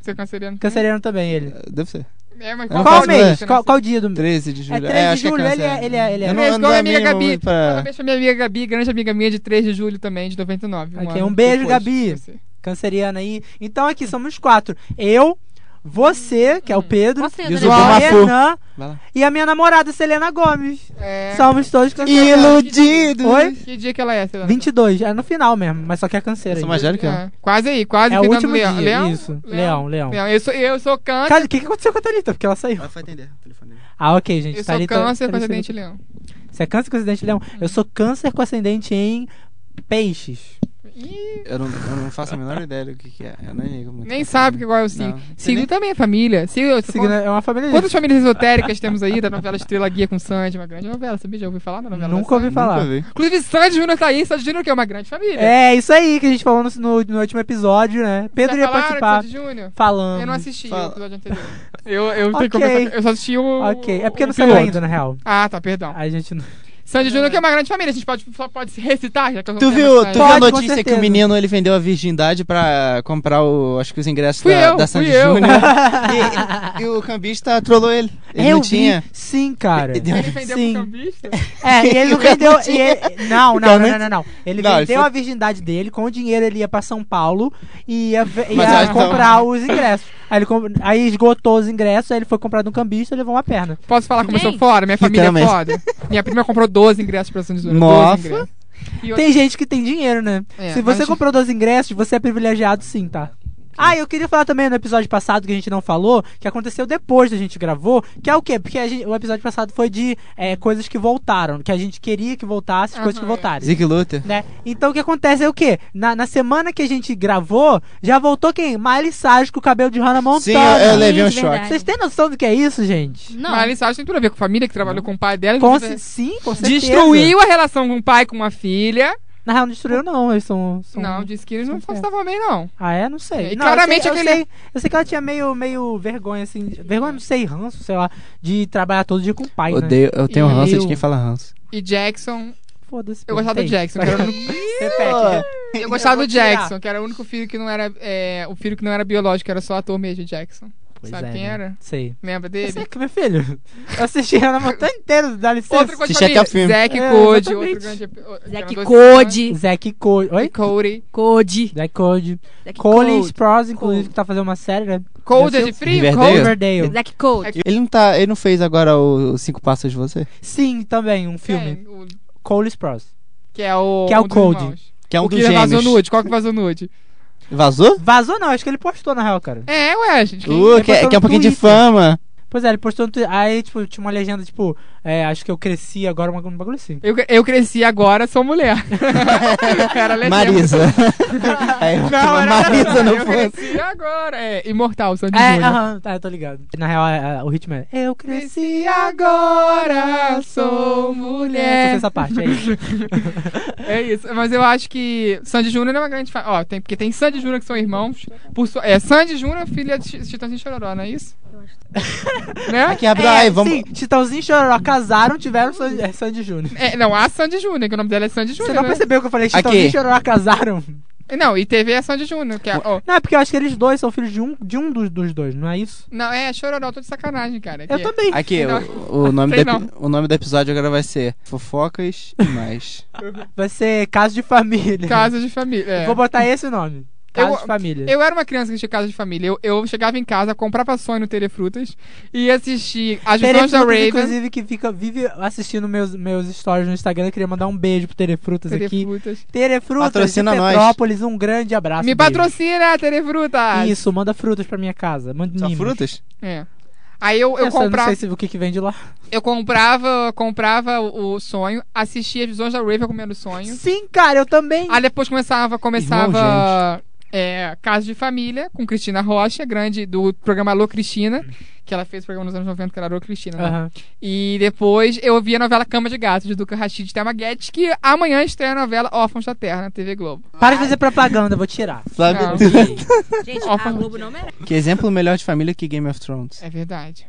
S3: Você é canceriano? também?
S1: Canceriano também, ele.
S4: Deve ser.
S3: É, mas
S4: Não
S1: Qual
S4: faço
S3: dia
S1: mês?
S3: você
S1: Qual,
S3: nasceu?
S1: qual dia do mês?
S4: Treze de julho.
S1: É 13 de
S4: acho que
S1: julho, ele
S4: câncer.
S1: é- ele é- ele é.
S4: Eu não
S3: Beijo,
S4: ando
S3: igual a
S4: a
S3: minha
S4: mínima
S3: Gabi.
S4: muito pra...
S3: Parabéns pra minha amiga Gabi, grande amiga minha de 3 de julho também, de 99.
S1: Aqui,
S3: ano
S1: um beijo,
S3: depois
S1: Gabi.
S3: de você.
S1: Canceriana aí. Então aqui somos quatro. Eu, você, que é o Pedro,
S2: Você,
S4: Diz
S1: o
S4: o
S2: Dona
S4: Mafu.
S1: Renan
S4: Vai lá.
S1: e a minha namorada Selena Gomes.
S3: É,
S1: Somos todos cancerianos.
S4: Iludido!
S1: Oi?
S3: Que dia que ela é, Selena?
S1: 22, é no final mesmo, mas só que é canseira.
S4: Eu sou
S1: ainda.
S4: mais velho que ela.
S3: É, quase aí, quase
S1: É o
S3: virando
S1: último
S3: leão.
S1: dia,
S3: leão?
S1: isso. Leão, leão.
S3: Leão. Eu sou, eu sou câncer,
S1: Cara, o que, que aconteceu com a Thalita? Porque ela saiu.
S4: vai atender o telefone dele.
S1: Ah, ok, gente.
S3: eu sou
S1: Thalita-
S3: câncer com
S1: Thalita-
S3: ascendente leão.
S1: Você é câncer com acidente leão? Eu sou câncer com ascendente em peixes.
S3: Ih,
S4: Eu não, eu não faço a menor ideia do que, que é. Eu nem ligo muito.
S3: nem sabe
S1: tá
S3: que igual eu sigo.
S4: Não. Você
S3: Sigo
S4: nem-
S3: também é família. Sigo, eu sou
S1: Signo é uma família.
S3: Quantas famílias esotéricas temos aí da novela Estrela Guia com Sandy, uma grande novela, sabia? Já ouviu falar da novela? da
S1: Nunca ouvi
S3: Sandy?
S1: falar.
S4: Nunca vi.
S3: Inclusive, Sandy Júnior tá aí, Sandy Júnior que é uma grande família.
S1: É, isso aí que a gente falou no, no- no último episódio, né? Pedro
S3: Já
S1: ia
S3: falaram de
S1: participar.
S3: Sandy Júnior?
S1: Falando.
S3: Eu não assisti
S4: Fala.
S3: o episódio anterior. Eu, eu tenho que
S1: Ok.
S3: começar. Eu só assisti o.
S1: Ok, é porque
S3: o
S1: não saiu
S3: piloto.
S1: ainda, na real.
S3: Ah, tá, perdão.
S1: A gente não.
S3: Sandy Júnior que é uma grande família, a gente pode, só pode se recitar, já que eu não
S4: Tu
S3: lembro
S4: viu,
S3: se
S4: tu viu
S3: saiu.
S4: a
S1: Pode, com
S4: notícia que
S1: certeza.
S4: o menino ele vendeu a virgindade pra comprar o, acho que os ingressos
S3: Fui
S4: da,
S3: eu,
S4: da Sandy
S3: fui eu.
S4: Júnior? E, e o cambista trollou ele. Ele
S1: eu
S4: não
S1: vi.
S4: tinha.
S1: Sim, cara.
S4: Ele deu-
S3: Ele vendeu
S1: Sim.
S3: pro cambista?
S1: É, e ele não
S4: O cara
S1: vendeu.
S4: não
S1: e
S4: tinha.
S1: ele- não, não,
S4: O cara
S1: não,
S4: não
S1: não, não, não. Ele
S4: Não, ele
S1: vendeu
S4: foi-
S1: a virgindade dele, com o dinheiro ele ia pra São Paulo e ia, ve-
S4: Mas
S1: ia
S4: acho que não.
S1: comprar os ingressos. Aí, ele comp- aí esgotou os ingressos, aí ele foi comprar de um cambista e levou uma perna.
S3: Posso falar como eu sou
S2: Quem?
S3: fora? Minha família é
S4: Literalmente.
S3: foda. Minha prima comprou 12 ingressos pra Sandy Júnior. 12
S4: Nossa.
S3: ingressos. E eu-
S1: Tem gente que tem dinheiro, né?
S3: É,
S1: Se
S3: mas-
S1: você comprou dois ingressos, você é privilegiado sim, tá? Ah, eu queria falar também no episódio passado que a gente não falou, que aconteceu depois da gente gravou, que é o quê? Porque a gente- o episódio passado foi de é, coisas que voltaram, que a gente queria que voltasse, as coisas que
S3: Aham, é.
S1: voltaram.
S4: Zig Luther.
S1: Né? Então o que acontece é o quê? Na, na semana que a gente gravou, já voltou quem? Miley Cyrus com o cabelo de Hannah Montana.
S4: Sim,
S3: tá,
S4: eu, eu levei um
S3: é
S2: Sim, de
S4: choque.
S2: verdade.
S1: Vocês têm noção do que é isso, gente?
S2: Não.
S3: Mas isso acho que tem tudo a ver com família, que trabalhou com o pai dela.
S1: Com,
S3: você-
S1: cer- sim, com certeza.
S3: Destruiu a relação com o pai e com a filha.
S1: Na real, não destruiu, não. Eles são. são...
S3: Não, disse que eles não
S1: são feios.
S3: estavam bem, não.
S1: Ah, é? Não sei.
S3: E
S1: Não,
S3: claramente
S1: eu sei,
S3: aquele-
S1: eu, sei, eu sei que ela tinha meio, meio vergonha, assim. de- Vergonha, não sei, ranço, sei lá. De trabalhar todo dia com o pai, né?
S4: Odeio, eu tenho
S3: E
S4: ranço
S1: eu-
S4: de quem fala ranço.
S3: E Jackson.
S1: Foda-se.
S3: Eu gostava do
S1: perguntei.
S3: Jackson, que era o único-
S4: né?
S1: Repete.
S3: eu gostava
S1: vou
S3: do
S1: tirar.
S3: Jackson, que era o único filho que não era. é, o filho que não era biológico, era só ator mesmo, Jackson.
S1: Pois
S3: Sabe
S1: é,
S3: quem
S1: né?
S3: era?
S1: Sei.
S3: Lembra dele?
S1: Você é que, meu filho? Eu assisti a montanha inteira, dá licença.
S3: Outra coisa
S4: Assistia
S3: pra
S4: até
S3: mim,
S4: filme.
S3: Zack
S1: É,
S3: Code,
S1: exatamente.
S3: outro grande. o- eram
S2: Zack
S3: dois
S2: Code.
S1: Zack Cody. Oi?
S3: irmãos. Cody.
S2: Code.
S1: Zack Cody.
S2: Zack
S1: Colin
S2: Code.
S1: Sprouse, inclusive, que tá fazendo uma série, né?
S3: Code é
S1: Deve
S3: de frio?
S4: Riverdale?
S3: Code.
S1: Riverdale.
S2: Zack Code.
S4: Ele não, tá, ele não fez agora o Cinco Passos de Você?
S1: Sim, também, um filme.
S3: Quem? é, O-
S1: Colin Sprouse.
S3: Que é o.
S1: Que é o
S3: um dos
S1: Cody.
S3: irmãos.
S4: Que é um
S3: o
S4: dos
S3: que vazou
S4: gêmeos.
S3: nude. Qual que vazou nude?
S4: Vazou?
S1: Vazou não, acho que ele postou na real, cara.
S3: É, ué, gente. quem-
S4: Uh,
S1: ele
S4: que,
S1: postou
S4: que é um
S1: no
S4: pouquinho de
S1: Twitter.
S4: fama.
S1: Pois é, ele postou no Twitter. Aí, tipo, tinha uma legenda, tipo, é, acho que eu cresci agora, uma- um bagulho assim.
S3: Eu, eu cresci agora, sou mulher. Cara, legenda.
S4: Marisa. Aí eu-
S3: Não, era
S4: Marisa não
S3: eu
S4: foi.
S3: cresci agora. É, imortal, Sandy
S1: É,
S3: Júnior.
S1: aham, tá, eu tô ligado. Na real, é, é, o ritmo é. Eu cresci.
S3: Cresci agora, sou
S1: Só
S3: mulher.
S1: tem essa parte, é isso.
S3: É isso, mas eu acho que Sandy Júnior é uma grande fa... Ó, tem, porque tem Sandy e Júnior que são irmãos. Por sua- É, Sandy Júnior, filha de Ch- Chitãozinho e Chororó, não é isso? né?
S4: Aqui, rápido.
S1: É,
S4: Ai, vamos.
S1: Sim, Chitãozinho e Chororó casaram, tiveram Sandy, é, Sandy Júnior.
S3: É, não, a Sandy Júnior, que o nome dela é Sandy
S1: Você
S3: Júnior.
S1: não
S3: né?
S1: percebeu que eu falei Chitãozinho
S4: Aqui.
S1: e Chororó casaram?
S3: Não, e teve a Sandy Júnior, que é. ó,
S1: Não, é porque eu acho que eles dois são filhos de um, de um dos, dos dois, não é isso?
S3: não, é Chororó, tô de sacanagem, cara.
S1: Eu
S3: que-
S1: também.
S4: Aqui,
S3: Não.
S4: o, o nome
S3: Sei
S4: do, epi-
S3: não.
S4: o nome do episódio agora vai ser Fofocas e Mais.
S1: Vai ser Caso de Família.
S3: Casa de família. é.
S1: Vou botar esse nome. Caso de Família.
S3: Eu era uma criança que tinha casa de família. Eu, eu chegava em casa, comprava sonho no Telefrutas e assistia As Visões
S1: Terefrutas,
S3: da Raven.
S1: inclusive, que fica, vive assistindo meus, meus stories no Instagram. Eu queria mandar um beijo pro Terefrutas aqui.
S3: Telefrutas.
S1: Terefrutas
S4: Patrocina
S1: é de
S4: nós.
S1: Petrópolis, um grande abraço.
S3: Me
S1: beijo.
S3: patrocina, Telefrutas!
S1: Isso, manda frutas pra minha casa. Manda
S4: Só
S1: mimos.
S4: frutas?
S3: É. Aí eu, eu,
S1: Essa, não
S3: comprava,
S1: sei se, o que que vende lá.
S3: eu comprava, comprava o, o sonho, assistia as visões da Raven comendo sonho.
S1: Sim, cara, eu também.
S3: Aí depois começava, começava é, Casa de Família, com Cristina Rocha, grande do programa Alô Cristina, que ela fez o programa nos anos 90, que era Alô Cristina. né?
S1: Aham.
S3: E depois eu vi a novela Cama de Gato, de Duca Rachid e Thelma Guedes, que amanhã estreia a novela Órfãos da Terra, na TV Globo.
S1: Para de fazer propaganda, eu vou tirar.
S4: Sabe?
S3: Não.
S2: Gente,
S3: Ó,
S2: a
S3: fala-
S2: Globo não merece.
S4: Que exemplo melhor de família que Game of Thrones.
S3: É verdade.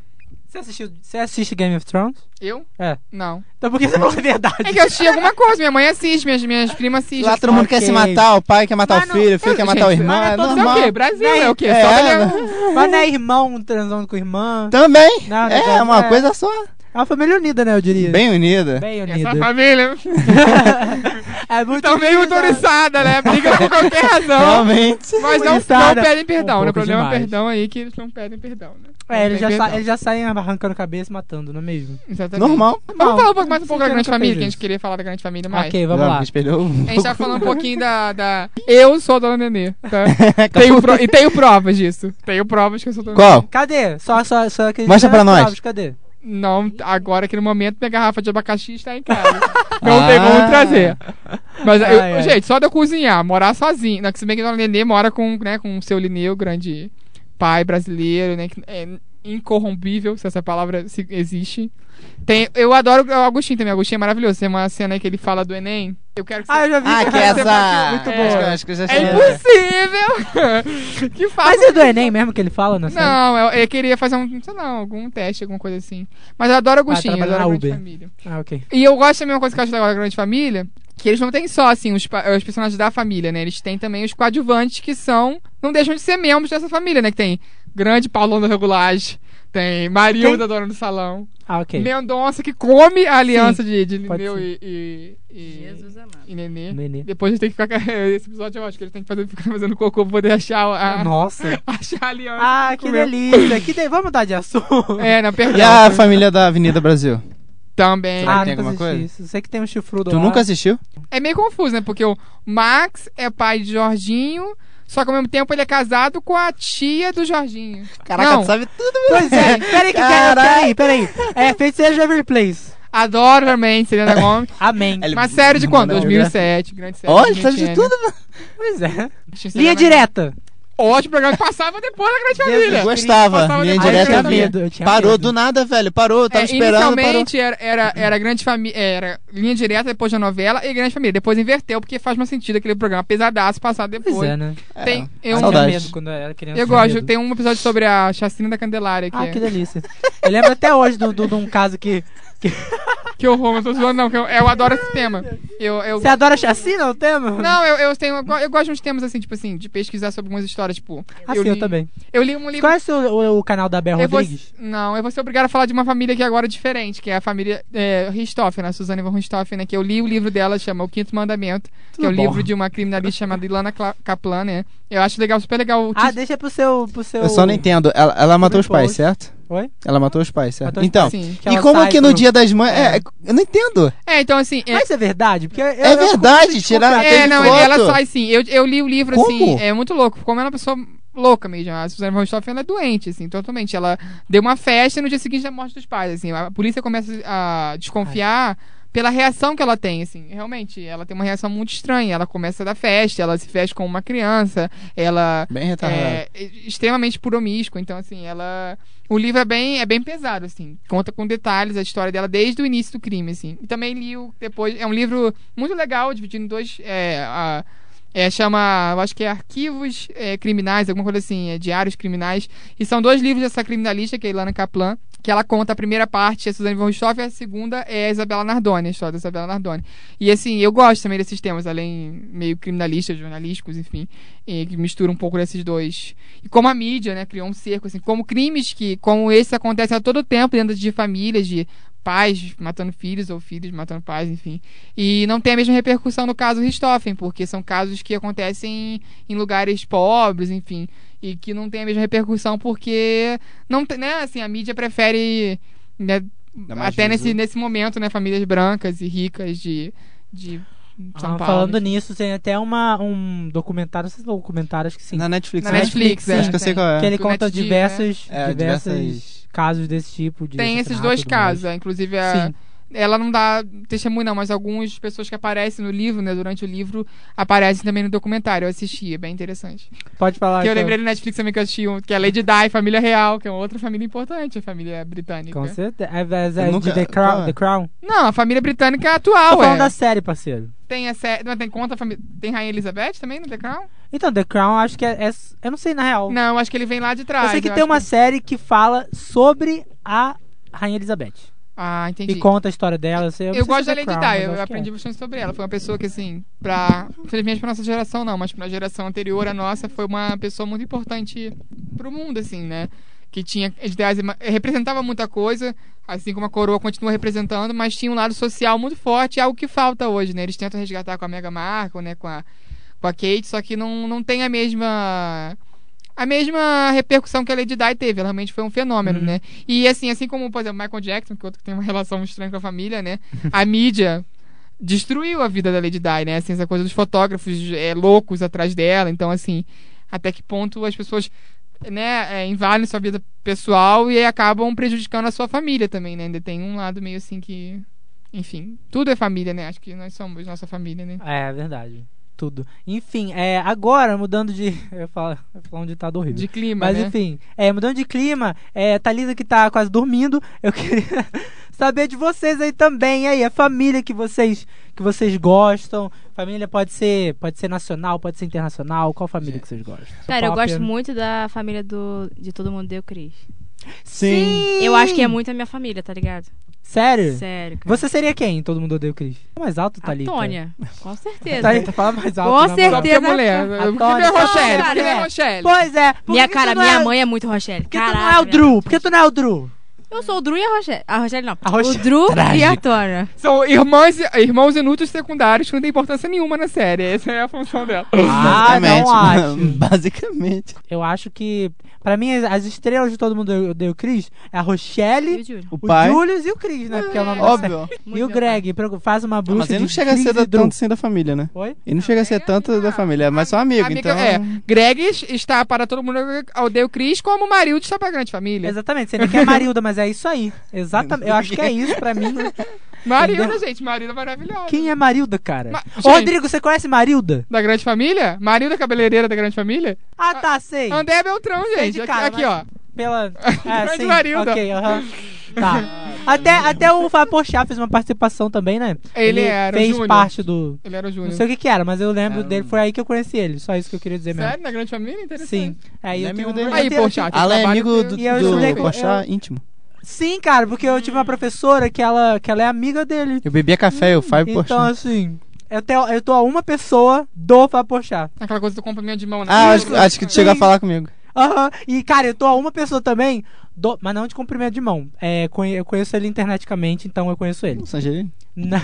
S1: Você, assistiu, você assiste Game of Thrones?
S3: Eu?
S1: É.
S3: Não.
S1: Então por que você
S4: Uhum.
S1: falou a verdade?
S3: É que eu assisti alguma coisa, minha mãe assiste, minhas, minhas primas assistem.
S4: Lá todo mundo quer
S1: Ok.
S4: se matar, o pai quer matar
S1: Mas
S4: o filho, o filho
S3: eu-
S4: quer matar o
S3: gente,
S4: irmão,
S1: mas é
S4: é
S1: todo-
S3: Isso é o quê?
S4: normal.
S3: Brasil
S1: Não,
S3: é o quê?
S4: é,
S3: Só um.
S4: né?
S3: olhar-
S1: Mas não é irmão transando com irmã.
S4: Então- Também!
S1: Não, não
S4: é,
S1: é-
S4: uma
S1: é.
S4: coisa só.
S1: É uma família unida, né, eu diria.
S4: Bem unida.
S1: Bem
S3: Essa
S1: unida.
S3: família
S1: é muito
S3: tá meio
S1: unida.
S3: motorizada, né? Briga por qualquer razão.
S4: Realmente.
S3: Mas não, não
S1: Motorizada.
S3: pedem
S1: Um
S3: perdão, né?
S1: pouco
S3: O problema é o
S1: demais.
S3: perdão aí que eles não pedem perdão, né?
S1: É,
S3: Não
S1: eles
S3: tem
S1: já, sa
S3: perdão.
S1: eles já saem arrancando cabeça e matando, não é mesmo?
S3: Exatamente.
S4: Normal.
S1: Normal.
S3: Vamos falar um pouco mais um
S1: Sim,
S3: pouco da
S1: eu
S3: grande
S1: nunca
S3: família,
S1: fiz
S3: que a
S1: isso.
S3: gente queria falar da grande família mais.
S1: Ok, vamos
S4: Não,
S1: lá.
S4: me espelhou um
S3: A gente tá
S4: pouco.
S3: falando um pouquinho da, da. Eu sou a dona Nenê, tá? tenho pro- E tenho provas disso. Tenho provas que eu sou dona
S4: Qual?
S1: Cadê? Só, só, só aquele.
S4: Mostra pra nós.
S1: Provas, Cadê?
S3: Nenê. Não, agora que no momento minha garrafa de abacaxi está em casa. não tem como
S4: Ah.
S3: trazer. Mas, eu-
S1: Ai, ai.
S3: gente, só de eu cozinhar, morar sozinho. Né? que Se bem que a dona Nenê mora com, né, com o seu Lineu, grande pai brasileiro, né? que é incorrompível, se essa palavra se- existe. Tem, eu adoro o Agostinho também. O Agostinho é maravilhoso. Tem uma cena aí que ele fala do Enem. Eu quero que você
S1: Ah, eu já vi.
S4: Ah, que é
S3: um
S4: essa.
S1: Muito
S4: Acho
S1: boa.
S4: que- acho que eu já
S3: É
S4: sei.
S3: impossível! que fácil.
S1: Mas é do Enem mesmo que ele fala, né?
S3: Não, eu, eu queria fazer um, sei lá, algum teste, alguma coisa assim. Mas eu adoro Agostinho, eu
S1: trabalhar
S3: adoro a
S1: Ah, na
S3: Grande
S1: Uber.
S3: Família.
S1: Ah, ok.
S3: E eu gosto da mesma coisa que eu acho legal da Grande Família, que eles não têm só, assim, os, pa- os personagens da família, né? Eles têm também os coadjuvantes que são, não deixam de ser membros dessa família, né? Que tem Grande Paulão da Regulagem, tem Marilda, dona do salão,
S1: Ah, ok.
S3: Mendonça, que come a aliança de, de
S1: pode
S3: Lineu
S1: ser.
S3: e, e, e-
S2: Jesus amado.
S3: e Nenê.
S1: Nenê.
S3: Depois a gente tem que ficar. Esse episódio eu acho que ele tem que fazer, ficar fazendo cocô pra poder achar a,
S1: Ah, Nossa.
S3: achar a aliança.
S1: Ah, que delícia. Que de... Vamos mudar de assunto.
S3: É, não, perdão.
S4: E a família da Avenida Brasil?
S3: Também.
S4: Será
S1: Ah,
S4: que tem
S1: nunca
S4: alguma
S1: assisti
S4: coisa?
S1: isso. Sei que tem um chifrudo
S4: Tu
S1: lá.
S4: nunca assistiu?
S3: É meio confuso, né? Porque o Max é pai de Jorginho, só que ao mesmo tempo ele é casado com a tia do Jorginho. não,
S4: sabe tudo.
S1: Pois é. Peraí, que peraí,
S4: Caralho.
S1: peraí. É Feiticeiro de Every Place.
S3: adoro também Selena Gomes.
S1: Amém.
S4: Ele-
S3: Uma série de quando?
S4: Não,
S3: 2007, grande série.
S4: Olha, sabe de
S3: Gente,
S4: tudo.
S1: Pois é.
S3: Tinha Selena
S1: Linha
S3: Gomes.
S1: direta.
S3: ótimo programa que passava depois da Grande Família.
S4: Eu gostava.
S3: Passava
S4: Minha
S3: depois.
S1: eu
S4: direta
S1: tinha medo,
S4: vinha.
S1: eu tinha
S4: Parou
S1: medo.
S4: do nada, velho. Parou, eu tava
S3: É,
S4: esperando. Parou.
S3: inicialmente era, era, era grande família, era linha direta depois da novela e grande família. Depois inverteu, porque faz mais sentido aquele programa pesadaço passar depois.
S1: Pois é, né?
S3: Tem, eu,
S1: tinha
S4: Saudade.
S1: medo quando eu era criança.
S3: eu
S1: tinha
S3: gosto,
S1: medo.
S3: tem um episódio sobre a chacina da Candelária que,
S1: Ah,
S3: é-
S1: que delícia. Eu lembro até hoje de do, do, de um caso que.
S3: que horror, mas tô zoando, não, que eu, eu adoro esse tema. Eu, eu,
S1: Você adora né? chacina o tema?
S3: não, eu, eu tenho. Eu gosto de uns temas assim, tipo assim, de pesquisar sobre algumas histórias, tipo.
S1: Assim, eu,
S3: li,
S1: também.
S3: Eu li um livro.
S1: Conhece o, o, o canal da Bel
S3: Eu vou,
S1: Rodrigues?
S3: não, eu vou ser obrigada a falar de uma família que agora é diferente, que é a família é, Richthofen, a Suzane von Richthofen, né? Que eu li o livro dela, chama O Quinto Mandamento, que é o
S1: bom.
S3: livro de uma criminalista chamada Ilana Cla- Kaplan, né? Eu acho legal, super legal o
S1: Ah,
S3: título.
S1: deixa pro seu. Pro seu...
S4: Eu só não entendo. Ela, ela matou os pais,
S1: post.
S4: certo?
S1: Oi?
S4: Ela matou os pais, certo?
S1: Matou os
S4: Então.
S1: pais.
S3: Sim.
S1: Que
S4: E
S1: ela
S4: como
S1: sai
S4: que no
S1: pro-
S4: dia das mães. É, eu não entendo.
S3: assim. É, então assim. É,
S1: Mas isso é verdade? Porque eu,
S4: É
S1: eu-
S4: verdade, tirar.
S3: é,
S4: teve
S3: não,
S4: foto.
S3: ela sai sim. Eu, eu li o livro, assim,
S4: Como?
S3: é muito louco. Como ela é uma pessoa louca mesmo. A Suzane von Richthofen, ela é doente, assim, totalmente. Ela deu uma festa e no dia seguinte da morte dos pais, assim. A polícia começa a desconfiar pela reação que ela tem, assim. Realmente, ela tem uma reação muito estranha. Ela começa da festa, ela se fecha como uma criança, ela
S4: Bem retardado.
S3: é extremamente promíscua. Então, assim, ela... O livro é bem, é bem pesado, assim. Conta com detalhes a história dela desde o início do crime, assim. E também li o depois. É um livro muito legal, dividido em dois. É, a- é, chama, eu acho que é Arquivos é, Criminais, alguma coisa assim, é, Diários Criminais. E são dois livros dessa criminalista, que é a Ilana Kaplan, que ela conta a primeira parte, é Suzane von Richthofen, e a segunda é a Isabela Nardoni, a história da Isabela Nardoni. E assim, eu gosto também desses temas, além meio criminalistas, jornalísticos, enfim, e que mistura um pouco desses dois. E como a mídia, né, criou um cerco, assim, como crimes que, como esse, acontecem a todo tempo dentro de famílias, de pais matando filhos ou filhos matando pais, enfim. E não tem a mesma repercussão no caso Richthofen, porque são casos que acontecem em lugares pobres, enfim, e que não tem a mesma repercussão porque não tem, né, assim, a mídia prefere né,
S4: mais
S3: até nesse,
S4: visu-
S3: nesse momento, né, famílias brancas e ricas de, de São
S1: Ah,
S3: Paulo.
S1: Falando nisso, tem até uma, um documentário, não sei se é um documentário, acho que sim.
S4: Na Netflix.
S3: na
S4: né?
S3: Netflix,
S4: Acho que eu
S3: é,
S4: sei
S3: tem.
S4: qual
S1: Que
S4: é.
S1: ele
S3: Do
S1: conta
S3: NetD,
S1: diversos,
S4: né? É,
S1: diversos
S4: diversas-
S1: casos desse tipo. De
S3: Tem esses
S1: assassinato
S3: dois
S1: e tudo mais.
S3: casos, é, inclusive a-
S1: Sim.
S3: ela não dá testemunho não, mas algumas pessoas que aparecem no livro, né, durante o livro, aparecem também no documentário, eu assisti, é bem interessante.
S1: Pode falar.
S3: que eu
S1: então.
S3: lembrei do Netflix também que eu assisti, um, que é Lady Di, Família Real, que é uma outra família importante, a família britânica.
S1: Com certeza. É, é, é
S4: Eu nunca-
S1: de The
S4: qual
S1: Crown.
S4: é?
S1: The Crown.
S3: Não, a família britânica é atual,
S1: Tô falando
S3: é.
S1: da série, parceiro.
S3: Tem a sé... não, tem conta a família... Tem Rainha Elizabeth também no The Crown?
S1: Então, The Crown, acho que é. é- eu não sei, na real.
S3: Não, eu acho que ele vem lá de trás.
S1: eu sei que
S3: eu
S1: tem
S3: acho é.
S1: uma série que fala sobre a Rainha Elizabeth.
S3: Ah, entendi.
S1: E conta a história dela. Eu, sei- eu
S3: Eu,
S1: não sei
S3: gosto
S1: se é
S3: da
S1: The
S3: Lady
S1: Crown,
S3: Di,
S1: mas
S3: eu,
S1: acho que é.
S3: aprendi bastante sobre ela. Foi uma pessoa que, assim, pra. Infelizmente pra nossa geração não, mas pra geração anterior à nossa, foi uma pessoa muito importante pro mundo, assim, né? Que tinha ideais, representava muita coisa, assim como a coroa continua representando, mas tinha um lado social muito forte, algo que falta hoje, né? Eles tentam resgatar com a Mega Markle, né? Com a, com a Kate, só que não, não tem a mesma. A mesma repercussão que a Lady Di teve, ela realmente foi um fenômeno,
S1: Uhum.
S3: né? E assim, assim como, por exemplo, Michael Jackson, que é outro que tem uma relação estranha com a família, né? A mídia destruiu a vida da Lady Di, né? Assim, essa coisa dos fotógrafos é, loucos atrás dela. Então, assim, até que ponto as pessoas né, é, invadem sua vida pessoal e aí acabam prejudicando a sua família também, né? Ainda tem um lado meio assim que. Enfim, tudo é família, né? Acho que nós somos nossa família, né?
S1: É, é verdade. Tudo. Enfim, é, agora, mudando de. Eu ia falar, eu ia falar um ditado horrível.
S3: De clima,
S1: Mas
S3: né?
S1: enfim, é, mudando de clima, é, Thalisa que tá quase dormindo, eu queria saber de vocês aí também, e aí, a família que vocês que vocês gostam, família pode ser pode ser nacional, pode ser internacional, qual família que vocês gostam?
S2: Cara, eu
S1: Pop.
S2: gosto muito da família do de todo mundo deu Cris.
S4: Sim.
S2: Eu acho que é muito a minha família, tá ligado?
S1: Sério?
S2: Sério. Cara.
S1: Você tá seria quem? Todo mundo odeia o Cris. Fala Mais alto,
S2: A
S1: Thalita.
S2: Tônia, com certeza.
S1: Thalita, fala mais alto. na moral.
S2: Com
S3: Só porque é
S2: certeza.
S3: mulher.
S1: A
S3: Porque
S1: Tony-
S3: é Rochelle,
S2: Não,
S3: porque é
S1: cara,
S3: Rochelle.
S1: Pois é. por
S2: Minha
S1: que
S2: cara,
S1: tu não é-
S2: minha mãe é muito Rochelle.
S1: Por que
S2: Caraca,
S1: tu não é o
S2: minha
S1: Drew?
S2: mãe-
S1: Por que tu não é o Drew?
S2: Eu sou o Drew e a Rochelle. A Rochelle não.
S1: A Rochelle.
S2: O Drew e a
S1: Trágico.
S2: Tônia.
S3: São irmãs, irmãos inúteis secundários que não tem importância nenhuma na série. Essa é a função dela.
S1: Ah, não acho.
S4: Basicamente.
S1: Eu acho que, pra mim, as- as estrelas de todo mundo odeia o Cris é a
S2: E o
S1: Rochelle,
S2: Júlio.
S4: O
S1: o
S4: pai.
S1: Julius e o Cris, né? Porque é o nome da série.
S4: Óbvio.
S1: e
S2: Muito
S1: o
S2: meu
S1: Greg, pro- faz uma
S4: Ah,
S1: bruxa.
S4: Mas ele não
S1: de
S4: chega a
S1: Chris
S4: ser
S1: e
S4: da-
S1: Drew.
S4: tanto assim da família, né?
S1: Oi?
S4: Ele não chega a ser tanto da família, mas só amigo,
S3: Amiga-
S4: então.
S3: É, Greg está para todo mundo odeia o Chris como o marido está pra grande família.
S1: Exatamente, você nem quer Marilda, mas é isso aí. Exatamente. Eu acho que é isso é pra mim.
S3: Marilda, gente, Marilda maravilhosa.
S1: Quem é Marilda, cara?
S3: Ma-
S1: Ô,
S3: gente.
S1: Rodrigo, você conhece Marilda?
S3: Da grande família? Marilda cabeleireira da grande família?
S1: Ah, tá, sei.
S3: André Beltrão,
S1: Sei
S3: gente.
S1: de
S3: Aqui,
S1: cara,
S3: aqui,
S1: mas-
S3: ó.
S1: Pela. É,
S3: Grande
S1: sim.
S3: Marilda.
S1: Ok, aham. Tá. Até, até o Fábio Porchat fez uma participação também, né?
S3: Ele era o
S1: Fez
S3: Júnior.
S1: parte do.
S3: Ele era o
S1: Não
S3: Júnior.
S1: sei o que que era, mas eu lembro
S4: Era um-
S1: dele. Foi aí que eu conheci ele. Só isso que eu queria dizer mesmo.
S3: Sério? Na grande família? Interessante.
S1: Sim. Aí
S4: Ele
S1: eu
S4: é
S1: tenho
S4: amigo
S1: um-
S4: dele.
S1: eu
S3: Aí,
S1: tenho-
S3: Porchat. aqui
S4: Ela é
S3: trabalha
S4: amigo
S3: com-
S4: do,
S1: E eu
S4: do
S1: estudei com-
S4: Porchat íntimo.
S1: Sim, cara, porque eu
S3: Hum.
S1: tive uma professora que ela, que ela é amiga dele.
S4: Eu bebia café, eu Fábio
S1: Então,
S4: Porchat.
S1: assim, eu, tenho, eu tô a uma pessoa do Fábio Porchat.
S3: Aquela coisa do comprimento de mão, né?
S4: Ah, acho, acho que tu chegou a
S1: Sim.
S4: falar comigo.
S1: Aham. E, cara, eu tô a uma pessoa também do... Mas não de comprimento de mão. É, conhe- eu conheço ele interneticamente, então eu conheço ele.
S4: Sangerino?
S1: Na-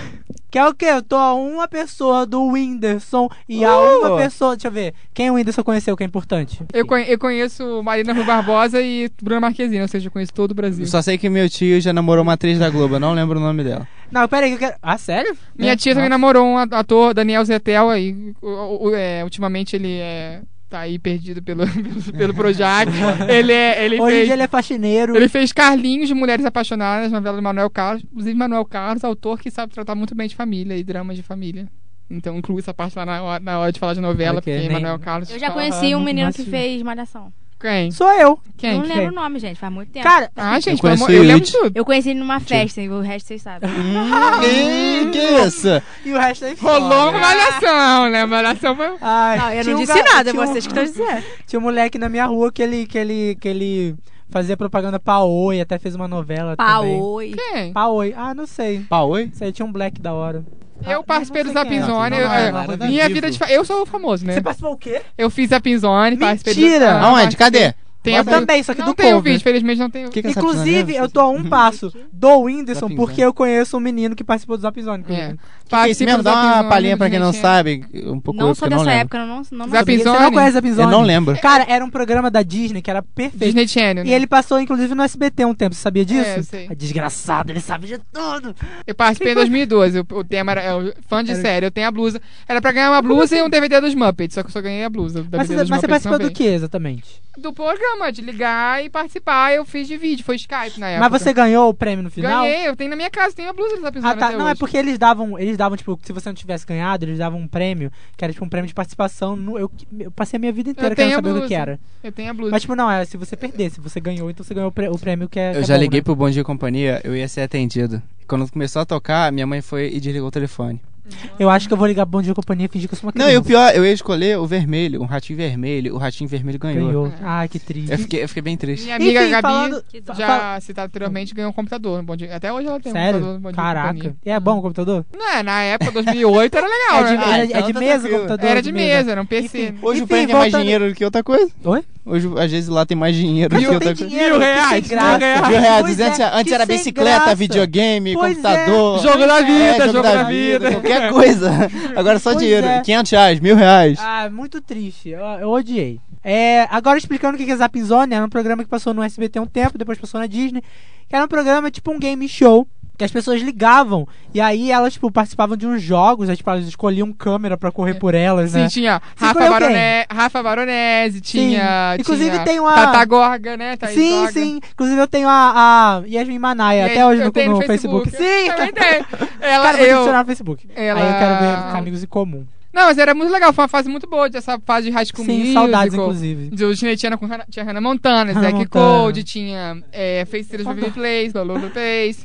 S1: Que é o quê? Eu tô a uma pessoa do Whindersson e a
S4: Uh!
S1: uma pessoa... Deixa eu ver. Quem o Whindersson conheceu que é importante?
S3: Eu, conhe- eu conheço Marina Rui Barbosa e Bruna Marquezine, ou seja, eu conheço todo o Brasil.
S4: Só sei que meu tio já namorou uma atriz da Globo, eu não lembro o nome dela.
S1: Não, pera aí que eu quero... Ah, sério?
S3: Minha
S4: Né?
S3: tia também namorou um ator, Daniel Zetel, aí. o- o- o- é, ultimamente ele é. Tá aí perdido pelo, pelo, pelo Projac. ele é. Ele
S1: Hoje em
S3: fez,
S1: dia ele é faxineiro.
S3: ele fez Carlinhos de Mulheres Apaixonadas, novela do Manuel Carlos. Inclusive, Manuel Carlos, autor que sabe tratar muito bem de família e dramas de família. Então, inclui essa parte lá na hora, na hora de falar de novela,
S1: Ok,
S3: porque
S1: nem-
S3: Manuel Carlos.
S2: Eu já
S3: fala-
S2: conheci um
S1: Ah, não
S2: menino que
S1: assisti.
S2: fez Malhação.
S3: Quem?
S1: Sou eu.
S3: Quem?
S2: não
S1: que
S2: lembro
S1: é?
S2: o nome, gente, faz muito tempo.
S1: Cara...
S3: Ah, gente,
S4: Eu
S3: pelo
S4: conheço
S3: amor- eu
S4: o
S3: lembro
S4: Yudi.
S3: tudo.
S2: eu conheci ele numa festa, e o resto vocês sabem.
S4: Ih, que isso?
S1: E o resto é história.
S3: Rolou uma malhação, né? Malhação foi.
S1: Ai,
S5: Não, eu
S1: tinha
S5: não
S1: um
S5: disse
S1: gar-
S5: nada,
S1: tinha um-
S5: vocês que estão dizendo.
S1: Tinha um moleque na minha rua que ele, que ele, que ele fazia propaganda pra Oi, até fez uma novela também.
S5: Paoi.
S3: Quem?
S1: Pra Oi. Ah, não sei.
S4: Paoi?
S1: Isso aí tinha um black da hora.
S3: Eu participei do
S1: não sei quem é.
S3: Zapinzone.
S4: Não, não,
S3: é,
S4: não, não, não,
S3: Minha
S4: não,
S3: vida
S4: não.
S3: de. fa- Eu sou famoso, né?
S1: Você participou o quê?
S3: Eu fiz Zapinzone, participei do.
S1: Mentira!
S3: Ah,
S4: Aonde? Cadê?
S3: Tem
S1: Eu
S3: a...
S1: também, só que
S3: Não
S1: do
S3: tem o
S1: cover.
S3: vídeo, felizmente não tem o
S4: Que que é essa
S1: Inclusive,
S4: pisonha?
S1: eu tô a
S3: Uhum.
S1: um passo do Whindersson
S4: Zapinzone.
S1: porque eu conheço um menino que participou do Zap Zone.
S3: É.
S4: Ah, Que isso
S3: Participo
S4: mesmo,
S3: do
S4: dá uma
S3: Zapinzone,
S4: palhinha pra quem não
S3: gente, é.
S4: sabe. Um pouco
S5: Não
S4: eu, porque
S5: sou
S4: eu não
S5: dessa
S4: lembro.
S5: época, eu não, não me
S3: Zapinzone.
S1: Você não conhece Zap
S4: Eu
S1: Zone?
S4: não lembro.
S1: Cara, era um programa da Disney que era perfeito.
S3: Disney Channel.
S1: E
S3: né?
S1: ele passou, inclusive, no SBT um tempo. Você sabia disso?
S3: É, eu sei.
S1: Desgraçado, ele sabe de tudo.
S3: Eu participei em 2012. O, o tema era. é o fã de
S1: Era-
S3: série, eu tenho a blusa. Era pra ganhar uma blusa e um DVD dos Muppets, só que eu só ganhei a blusa. o DVD
S1: Mas você,
S3: dos
S1: mas você
S3: Muppets
S1: participou do
S3: também.
S1: que exatamente?
S3: Do programa, de ligar e participar. Eu fiz de vídeo, foi Skype na época.
S1: Mas você ganhou o prêmio no final?
S3: É, Ganhei, eu tenho na minha casa, tenho a blusa do Zapinzone.
S1: Ah, tá.
S3: até
S1: Não, é
S3: hoje.
S1: porque eles davam, eles davam, tipo, se você não tivesse ganhado, eles davam um prêmio, que era tipo um prêmio de participação. No, eu, eu passei a minha vida inteira
S3: Eu tenho
S1: querendo
S3: a
S1: saber o que
S3: blusa.
S1: que era.
S3: Eu tenho a blusa.
S1: Mas, tipo, não, é se você perder, se você ganhou, então você ganhou o prê- o prêmio que é. que
S4: Eu
S1: é
S4: já
S1: bom,
S4: liguei
S1: né?
S4: pro Bom Dia e Companhia, eu ia ser atendido. Quando começou a tocar, minha mãe foi e desligou o telefone.
S1: Eu acho que eu vou ligar pro Bom Dia Companhia e fingir que eu sou uma
S4: Não, e o
S1: criança.
S4: pior, eu ia escolher o vermelho, um ratinho vermelho. O ratinho vermelho ganhou. É
S1: Ganhou. Ah, que triste.
S4: Eu, fiquei, eu fiquei bem triste.
S3: Minha amiga
S1: Enfim,
S3: Gabi,
S1: falando-
S3: já citada anteriormente, ganhou um computador. no Bom Dia. Até hoje ela tem um computador.
S1: Sério?
S3: no Bom Dia
S1: Caraca.
S3: Companhia.
S1: E é bom o computador?
S3: Não, é, na época, 2008, era legal,
S1: É de,
S3: né?
S1: era- é
S4: então
S1: de
S4: tá
S1: mesa o
S4: tranquilo.
S1: computador?
S3: Era de mesa, era um PC.
S1: Enfim.
S4: Hoje o Frank é mais
S1: voltando-
S4: dinheiro do que outra coisa.
S1: Oi?
S4: Hoje, às vezes, lá tem mais dinheiro do
S1: Mas
S4: que
S1: não
S4: outra
S1: tem
S4: coisa.
S1: dinheiro, que
S3: Mil
S1: sem
S3: reais,
S1: graça.
S3: mil reais.
S4: Mil reais,
S1: Pois
S4: antes,
S1: é,
S4: era- antes
S1: que
S4: era
S1: sem
S4: bicicleta,
S1: graça.
S4: videogame,
S1: Pois é.
S4: computador.
S3: Jogo da vida,
S4: É,
S3: jogo da vida.
S4: Qualquer coisa. Agora só
S1: Pois
S4: dinheiro.
S1: é.
S4: 500 reais, mil reais.
S1: Ah, muito triste. Eu, eu odiei. É, agora explicando o que que é Zapzone, era um programa que passou no SBT há um tempo, depois passou na Disney, que era um programa tipo um game show, que as pessoas ligavam, e aí elas, tipo, participavam de uns jogos, aí, tipo, elas escolhiam câmera pra correr
S3: É.
S1: por elas,
S3: Sim,
S1: né?
S3: tinha
S1: Você
S3: Rafa,
S1: escolheu quem?
S3: Barone... Rafa Baronese, tinha.
S1: Inclusive
S3: tinha
S1: tem uma-
S3: Tata Gorga, né? Thaís
S1: Sim,
S3: Gorga.
S1: sim. Inclusive eu tenho a, a Yasmin
S3: E
S1: Manaia
S3: aí,
S1: até hoje
S3: eu
S1: no,
S3: tenho
S1: no Facebook. Sim!
S3: Eu também tenho. Ela,
S1: Cara, eu vou te
S3: eu...
S1: adicionar no Facebook.
S3: Ela-
S1: Aí eu quero ver amigos em comum.
S3: Não, mas era muito legal, foi uma fase muito boa dessa fase de High School
S1: Sim,
S3: Musical.
S1: saudades, inclusive.
S3: Do Disney tinha, com Hannah- tinha Hannah Montana,
S1: Hannah
S3: Zack
S1: Montana.
S3: Cold, tinha é, Faceiras Baby Place, Balolo Place.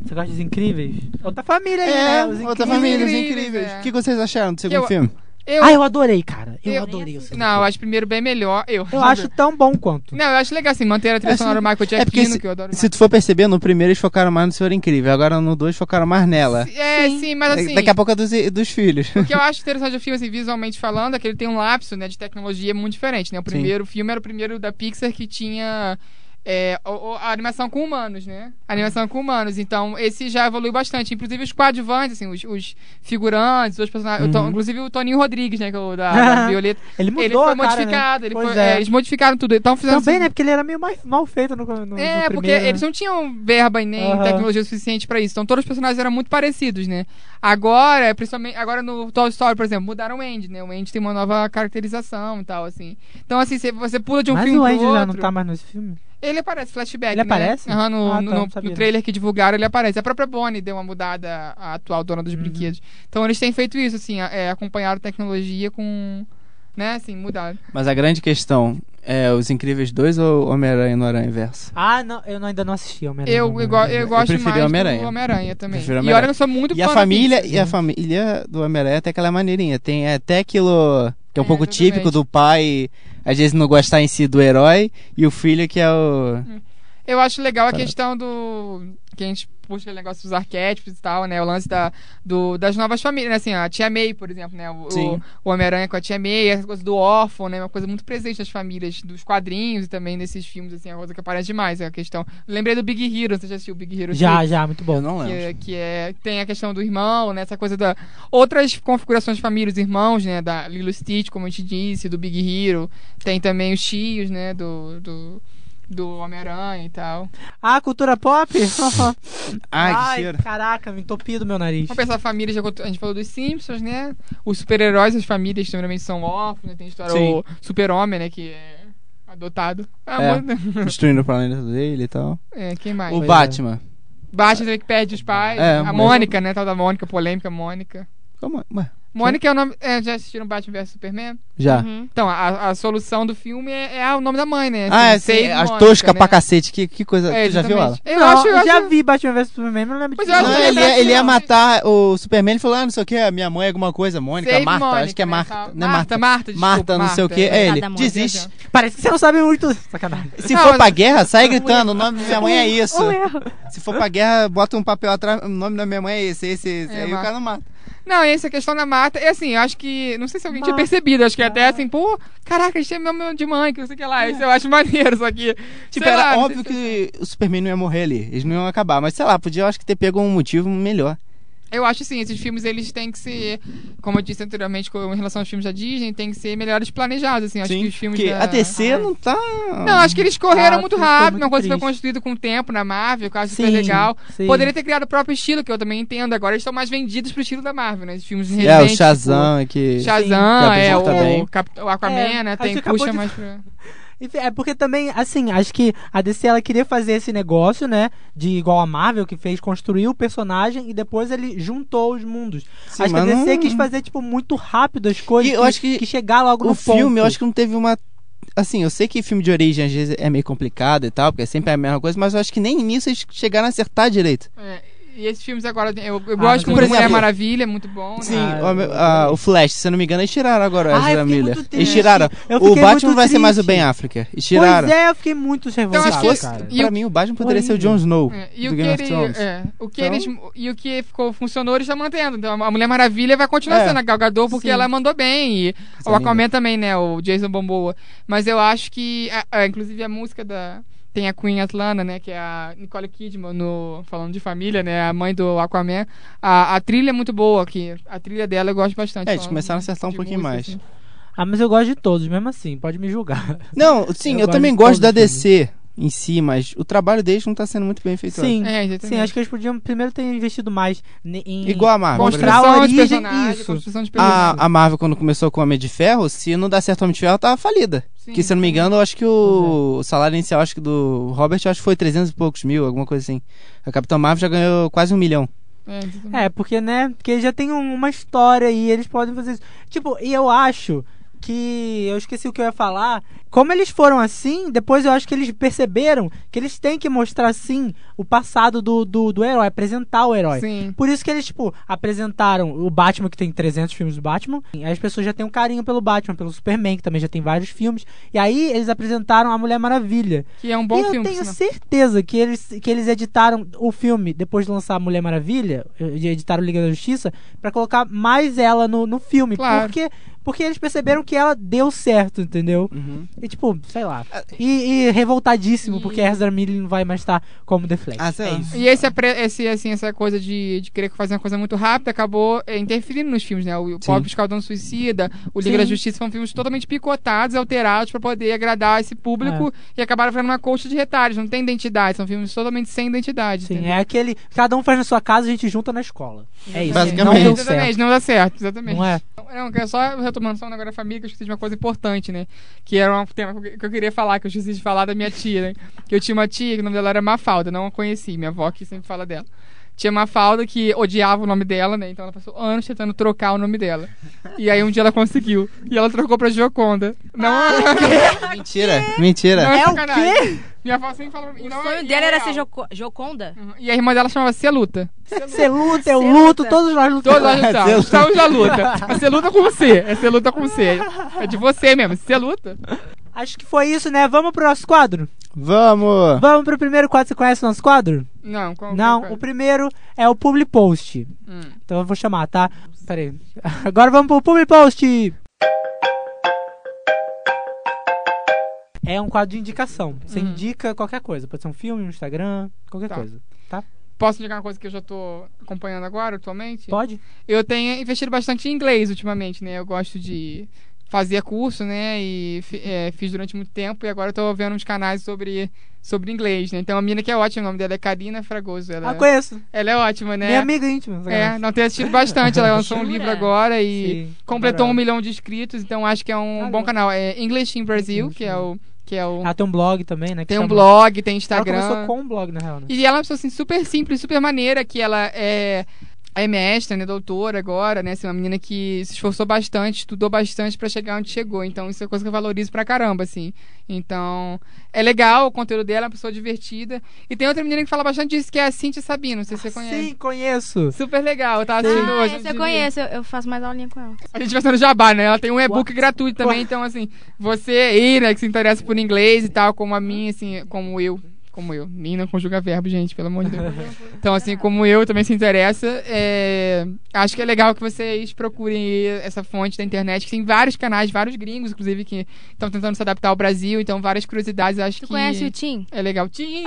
S1: Você gosta dos incríveis? Outra família aí,
S4: É,
S1: né? Os
S4: outra
S1: Incríveis.
S4: família, os
S3: Incríveis,
S4: incríveis.
S3: é.
S4: O que vocês acharam do segundo
S3: Eu-
S4: filme?
S3: Eu,
S1: Ah, eu adorei, cara. Eu,
S3: Eu-
S1: adorei o segundo
S3: Não, eu acho primeiro bem melhor. Eu,
S1: Eu acho tão bom quanto.
S3: Não, eu acho legal assim, manter a trilha
S4: Acho-
S3: sonora do Michael
S4: é porque
S3: Giacchino,
S4: se-
S3: que eu adoro.
S4: Se tu for perceber, no primeiro eles focaram mais no Senhor Incrível, agora no dois focaram mais nela.
S3: mais. É, sim, mas assim.
S4: Daqui a pouco é dos, dos filhos.
S3: O que eu acho interessante do filme, assim, visualmente falando, é que ele tem um lapso, né, de tecnologia muito diferente, né? O primeiro filme era o primeiro da Pixar que tinha é, o- o- a animação com humanos, né? A animação com humanos. Então, esse já evoluiu bastante. Inclusive, os coadjuvantes, assim, os, os figurantes, os personagens... o Tom- inclusive, o Toninho Rodrigues, né, que é o da, da Violeta.
S1: Ele mudou
S3: ele foi
S1: a cara,
S3: modificado.
S1: né?
S3: Ele
S1: Pois
S3: foi,
S1: é.
S3: é, eles modificaram tudo. Então, fizeram...
S1: Também, né? Porque ele era meio mais mal feito no, no, no
S3: É, porque
S1: primeiro, né?
S3: eles não tinham verba e nem
S1: Aham.
S3: tecnologia suficiente pra isso. Então todos os personagens eram muito parecidos, né? Agora, principalmente agora no Toy Story, por exemplo, mudaram o Andy, né? O Andy tem uma nova caracterização e tal, assim. Então, assim, cê- você pula de um
S1: Mas
S3: filme
S1: o
S3: pro
S1: Andy
S3: outro.
S1: já não tá mais nesse filme.
S3: Ele aparece, flashback.
S1: Ele
S3: né?
S1: aparece?
S3: Aham, no,
S1: Ah,
S3: no-
S1: tá,
S3: no-
S1: não sabia.
S3: no trailer que divulgaram, ele aparece. A própria Bonnie deu uma mudada à atual dona
S1: Uhum.
S3: dos brinquedos. Então eles têm feito isso, assim, a- é, acompanharam tecnologia com. Né, assim, mudaram.
S4: Mas a grande questão é Os Incríveis 2 ou Homem-Aranha no Aranha Verso?
S1: Ah, não, eu não- ainda não assisti Homem-Aranha.
S3: Eu,
S1: não,
S3: eu, go-
S1: não.
S3: eu gosto
S4: preferi
S3: mais
S4: Homem-Aranha.
S3: do Homem-Aranha também.
S4: Prefiro
S3: E
S4: Homem-Aranha.
S3: olha que eu sou muito
S4: E a
S3: fã da
S4: família,
S3: Pixar,
S4: e a
S3: né?
S4: família do Homem-Aranha até que ela é maneirinha. Tem até aquilo que é um
S3: É,
S4: pouco típico
S3: exatamente.
S4: do pai, às vezes não gostar em si do herói, e o filho que é o.
S3: Eu acho legal a
S4: Parece.
S3: questão do. Que a gente puxa o negócio dos arquétipos e tal, né? O lance da, do- das novas famílias, né? Assim, a tia May, por exemplo, né? O,
S4: Sim.
S3: o- o Homem-Aranha com a tia May, essa coisa do órfão, né? Uma coisa muito presente nas famílias, dos quadrinhos e também desses filmes, assim, é uma coisa que aparece demais, é a questão. Lembrei do Big Hero, você já assistiu o Big Hero?
S1: Já, já, muito bom.
S4: Eu não
S3: Que, que,
S4: lembro.
S3: que é, tem a questão do irmão, né? Essa coisa da. Outras configurações de família, os irmãos, né? Da Lilo e Stitch, como a gente disse, do Big Hero. Tem também os tios, né? Do. do do Homem-Aranha e tal.
S1: Ah, cultura pop?
S4: Ai, Ah, que cheiro.
S1: caraca, me entupi do meu nariz.
S3: Vamos pensar famílias, já contou- a gente falou dos Simpsons, né? Os super-heróis, as famílias geralmente são órfãos, né? Tem história
S4: Sim.
S3: o super-homem, né? Que é adotado. Ah,
S4: É.
S3: mano.
S4: Destruindo o planeta dele e tal.
S3: É, quem mais?
S4: O
S1: é.
S4: Batman.
S3: Batman também que perde os pais.
S4: É,
S3: a
S4: mas-
S3: Mônica, né? Tal da Mônica, polêmica Mônica.
S4: Como é? Ué,
S3: Mônica é o nome. É, já assistiram Batman vs Superman?
S1: é
S4: Já.
S2: Uhum.
S3: Então, a, a solução do filme é, é o nome da mãe, né?
S4: Ah, é,
S3: Assim,
S4: sim,
S3: Save
S4: a
S3: Mônica,
S4: tosca
S3: né?
S4: pra cacete. Que, que coisa.
S3: É,
S4: tu já viu ela?
S3: exatamente. Eu
S1: não,
S3: acho, eu
S1: eu já
S3: acho-
S1: vi Batman vs Superman, mas não lembro
S3: Mas
S1: de
S3: eu acho
S1: nada.
S4: Não,
S3: que
S4: ele,
S3: é
S4: ia, ele ia
S3: não.
S4: matar o Superman, ele falou, ah, não sei o que, a minha mãe é alguma coisa, Mônica,
S3: Save
S4: Marta, acho que é
S3: né,
S4: Marta.
S3: tal.
S4: Não é
S3: Marta,
S4: Marta,
S3: Marta, desculpa,
S4: Marta, não sei o que,
S3: Marta,
S4: é ele.
S2: Cada mãe.
S4: Desiste.
S1: Parece que você não sabe muito. Sacanagem.
S4: Se
S3: Não, é.
S4: for
S3: mas-
S4: pra guerra, sai gritando, o nome da minha mãe é isso.
S1: Um erro.
S4: Se for pra guerra, bota um papel atrás, o nome da minha mãe é esse, esse, esse.
S3: É,
S4: aí
S3: Marta.
S4: o cara não mata.
S3: Não, essa questão da Marta, é assim, eu acho que. Não sei se alguém tinha percebido, acho que até assim, pô, caraca, isso é meu meu de mãe, que não sei o que lá. Isso eu acho maneiro, só que.
S4: Tipo,
S3: sei lá,
S4: era
S3: não
S4: óbvio
S3: sei se-
S4: que o Superman não ia morrer ali, eles não iam acabar, mas sei lá, podia, eu acho que ter pego um motivo melhor.
S3: Eu acho assim, esses filmes eles têm que ser, como eu disse anteriormente, com- em relação aos filmes da Disney, tem que ser melhores planejados, assim. Acho que os filmes.
S4: porque
S3: da...
S4: a DC
S1: Ai.
S4: não tá...
S3: Não, acho que eles correram
S1: Ah,
S3: muito
S1: ficou
S3: rápido,
S1: muito
S3: uma coisa que foi
S1: triste.
S3: construída com o tempo na Marvel, que eu acho super
S1: Sim,
S3: legal.
S1: sim.
S3: Poderia ter criado o próprio estilo, que eu também entendo. Agora eles estão mais vendidos pro estilo da Marvel, né? Esses filmes
S4: É, o
S3: recentes.
S4: Shazam que...
S3: tipo, Shazam,
S4: Sim, que
S3: é,
S4: apresenta
S3: o,
S4: bem.
S3: Cap- o Aquaman,
S1: É,
S3: né?
S1: acho
S3: Tem,
S1: que acabou
S3: puxa
S1: de-
S3: mais pra...
S1: Enfim, É porque também, assim, acho que a DC ela queria fazer esse negócio, né? De igual a Marvel, que fez construir o personagem e depois ele juntou os mundos.
S4: Sim,
S1: acho que a
S4: mas
S1: DC
S4: não-
S1: quis fazer, tipo, muito rápido as coisas.
S4: E eu acho que
S1: chegar logo
S4: o
S1: no
S4: filme,
S1: ponto.
S4: eu acho que não teve uma. Assim, eu sei que filme de origem às vezes é meio complicado e tal, porque sempre é a mesma coisa, mas eu acho que nem nisso eles chegaram a acertar direito.
S3: É, e esses filmes agora, eu, eu
S1: Ah, mas
S3: gosto muito
S1: por
S3: do Mulher
S4: exemplo-
S3: Maravilha, é muito bom, né?
S4: Sim,
S1: Ah,
S4: o,
S1: eu-
S4: a- o Flash, se eu não me engano, eles tiraram agora
S1: Ah,
S4: a Ezra
S1: eu fiquei
S4: Miller.
S1: muito
S4: Eles
S1: triste.
S4: tiraram.
S1: Eu
S4: O
S1: fiquei
S4: Batman
S1: muito
S4: vai ser mais o
S1: triste.
S4: Ben Affleck. Eles tiraram. Então,
S1: Pois é, eu fiquei muito revoltado,
S3: Então, acho
S4: Se fosse,
S1: cara.
S3: E
S4: pra
S3: o-
S4: mim, o Batman poderia ser o
S1: Horrível.
S4: Jon Snow
S3: É, e
S4: do
S3: o que,
S4: Game of
S3: ele,
S4: Thrones.
S3: é, o que
S4: Então-
S3: eles e o que ficou funcionou eles estão mantendo então a Mulher Maravilha vai continuar
S4: É.
S3: sendo a Gal Gadot porque
S4: Sim.
S3: ela mandou bem e
S4: Essa
S3: o Aquaman
S4: linda.
S3: também né o Jason Momoa mas eu acho que a- a- inclusive a música da tem a Queen Atlanta né que é a Nicole Kidman no falando de família né a mãe do Aquaman a, a trilha é muito boa aqui a trilha dela eu gosto bastante
S4: É, eles
S3: falando
S4: começaram a
S3: de-
S4: acertar um
S3: de
S4: pouquinho
S3: música,
S4: mais.
S3: assim.
S1: Ah, mas eu gosto de todos, mesmo assim, pode me julgar.
S4: Não, sim,
S1: Eu
S4: eu,
S1: gosto
S4: também
S1: de
S4: gosto da
S1: todos os
S4: DC em si, mas o trabalho deles não tá sendo muito bem feito.
S1: Sim.
S3: É, exatamente.
S1: Sim, acho que eles podiam primeiro ter investido mais ne- em.
S4: Igual a Marvel. por exemplo.
S1: Mostrar a
S3: construção de
S1: origem,
S3: personagem
S1: isso.
S3: construção de personagem
S4: a, a Marvel, quando começou com o Homem de Ferro, se não dá certo o Homem de Ferro, tava falida.
S3: Sim.
S4: que, se eu não me engano, eu acho que o,
S1: é.
S4: o salário inicial acho que do Robert eu acho que foi 300 e poucos mil, alguma coisa assim. A Capitã Marvel já ganhou quase um milhão.
S3: É, exatamente.
S1: É, porque, né? Porque já tem um- uma história e eles podem fazer isso. Tipo, e eu acho que. Eu esqueci o que eu ia falar. Como eles foram assim, depois eu acho que eles perceberam que eles têm que mostrar, sim, o passado do, do, do herói, apresentar o herói.
S3: Sim.
S1: Por isso que eles, tipo, apresentaram o Batman, que tem 300 filmes do Batman. E aí as pessoas já têm um carinho pelo Batman, pelo Superman, que também já tem vários filmes. E aí eles apresentaram a Mulher Maravilha.
S3: Que é um bom
S1: E eu
S3: filme.
S1: tenho
S3: por sinal.
S1: certeza que eles, que eles editaram o filme depois de lançar a Mulher Maravilha, e editaram Liga da Justiça, pra colocar mais ela no, no filme.
S3: Claro.
S1: Porque, porque eles perceberam que ela deu certo, entendeu? E tipo, sei lá.
S4: Ah,
S1: E, e revoltadíssimo,
S3: E-
S1: porque Ezra Miller não vai mais estar como The Flash.
S4: Ah, sei
S1: É
S4: lá.
S1: isso.
S3: E esse, apre- esse, assim, essa coisa de, de querer fazer uma coisa muito rápida acabou é, interferindo nos filmes, né? O, o
S4: Sim.
S3: Pobre Escaldão Suicida, o Liga
S1: Sim.
S3: da Justiça são filmes totalmente picotados, alterados pra poder agradar esse público e acabaram fazendo uma colcha de retalhos. Não tem identidade, são filmes totalmente sem identidade.
S1: Sim,
S3: entendeu?
S1: é aquele. Cada um faz na sua casa, a gente junta na escola. É isso.
S4: Basicamente.
S1: Não deu certo.
S3: Exatamente, não dá certo, exatamente.
S1: Não é?
S3: Não, eu quero só tomando só um negócio da família, que eu esqueci de uma coisa importante, né? Que era um tema que eu queria falar, que eu esqueci de falar da minha tia, né? Que eu tinha uma tia, que o nome dela era Mafalda, não a conheci, minha avó que sempre fala dela. Tinha Mafalda que odiava o nome dela, né? Então ela passou anos tentando trocar o nome dela. E aí um dia ela conseguiu. E ela trocou pra Gioconda. Não,
S2: Ah!
S4: Mentira, mentira.
S3: não é,
S1: É o
S3: sacanagem.
S1: quê?
S3: Minha avó sempre falou.
S2: O sonho dela era ser Joco- Joconda?
S3: é Uhum. E a irmã dela chamava Celuta.
S1: Você luta, eu
S2: Você
S1: luto,
S2: luta.
S1: todos nós
S3: Todos
S1: lutamos.
S3: nós
S4: Celuta.
S3: lutamos. Estamos na luta. Você luta com você. É você luta com você. É de você mesmo. Você luta.
S1: Acho que foi isso, né? Vamos pro nosso quadro?
S4: Vamos!
S1: Vamos pro primeiro quadro. Você conhece o nosso quadro?
S3: Não, qual,
S1: Não,
S3: qual-
S1: o primeiro é o Public Post.
S3: Hum.
S1: Então eu vou chamar, tá? Peraí. Agora vamos pro Public Post! É um quadro de indicação. Você
S3: Uhum.
S1: indica qualquer coisa. Pode ser um filme, um Instagram, qualquer
S3: Tá.
S1: coisa.
S3: Posso indicar uma coisa que eu já tô acompanhando agora, atualmente?
S1: Pode?
S3: Eu tenho investido bastante em inglês ultimamente, né? Eu gosto de fazer curso, né? E fi- é, fiz durante muito tempo e agora eu tô vendo uns canais sobre, sobre inglês, né? Então a mina que é ótima, o nome dela é Karina Fragoso. Ela,
S1: Ah, conheço.
S3: ela é ótima, né?
S1: Minha amiga íntima.
S3: É, não tenho assistido bastante. Ela lançou um
S2: Jura?
S3: livro agora e
S1: Sim,
S3: completou
S1: adorava.
S3: um milhão de inscritos, então acho que é um
S1: Ah,
S3: bom
S1: não.
S3: canal. É English in Brazil, que é o. Que é o
S1: Ela tem um blog também, né? que
S3: tem um
S1: chama-
S3: blog, tem
S1: Ela
S3: Instagram.
S1: começou com um blog, na real, né?
S3: E ela é uma pessoa assim, super simples, super maneira, que ela é. É mestra, né? Doutora agora, né? Assim, uma menina que se esforçou bastante, estudou bastante pra chegar onde chegou. Então, isso é coisa que eu valorizo pra caramba, assim. Então, é legal o conteúdo dela, é uma pessoa divertida. E tem outra menina que fala bastante disso, que é a Cintia Sabino, não sei se você conhece.
S1: Sim, conheço.
S3: Super legal, tá assistindo
S2: Ah,
S3: hoje.
S2: essa
S3: um
S2: eu
S3: dia.
S2: conheço, eu, eu faço mais aulinha com ela.
S3: A gente vai sendo jabá, né? Ela tem um e-book gratuito também, então, assim, você aí, né, que se interessa por inglês e tal, como a minha, assim, como eu. Como eu. Mim não conjuga verbo, gente, pelo amor de Deus. Então, assim, como eu também se interessa, é, acho que é legal que vocês procurem aí essa fonte da internet, que tem vários canais, vários gringos, inclusive, que estão tentando se adaptar ao Brasil, então várias curiosidades, acho
S2: Tu
S3: que
S2: conhece o Tim?
S3: é legal. Tinha!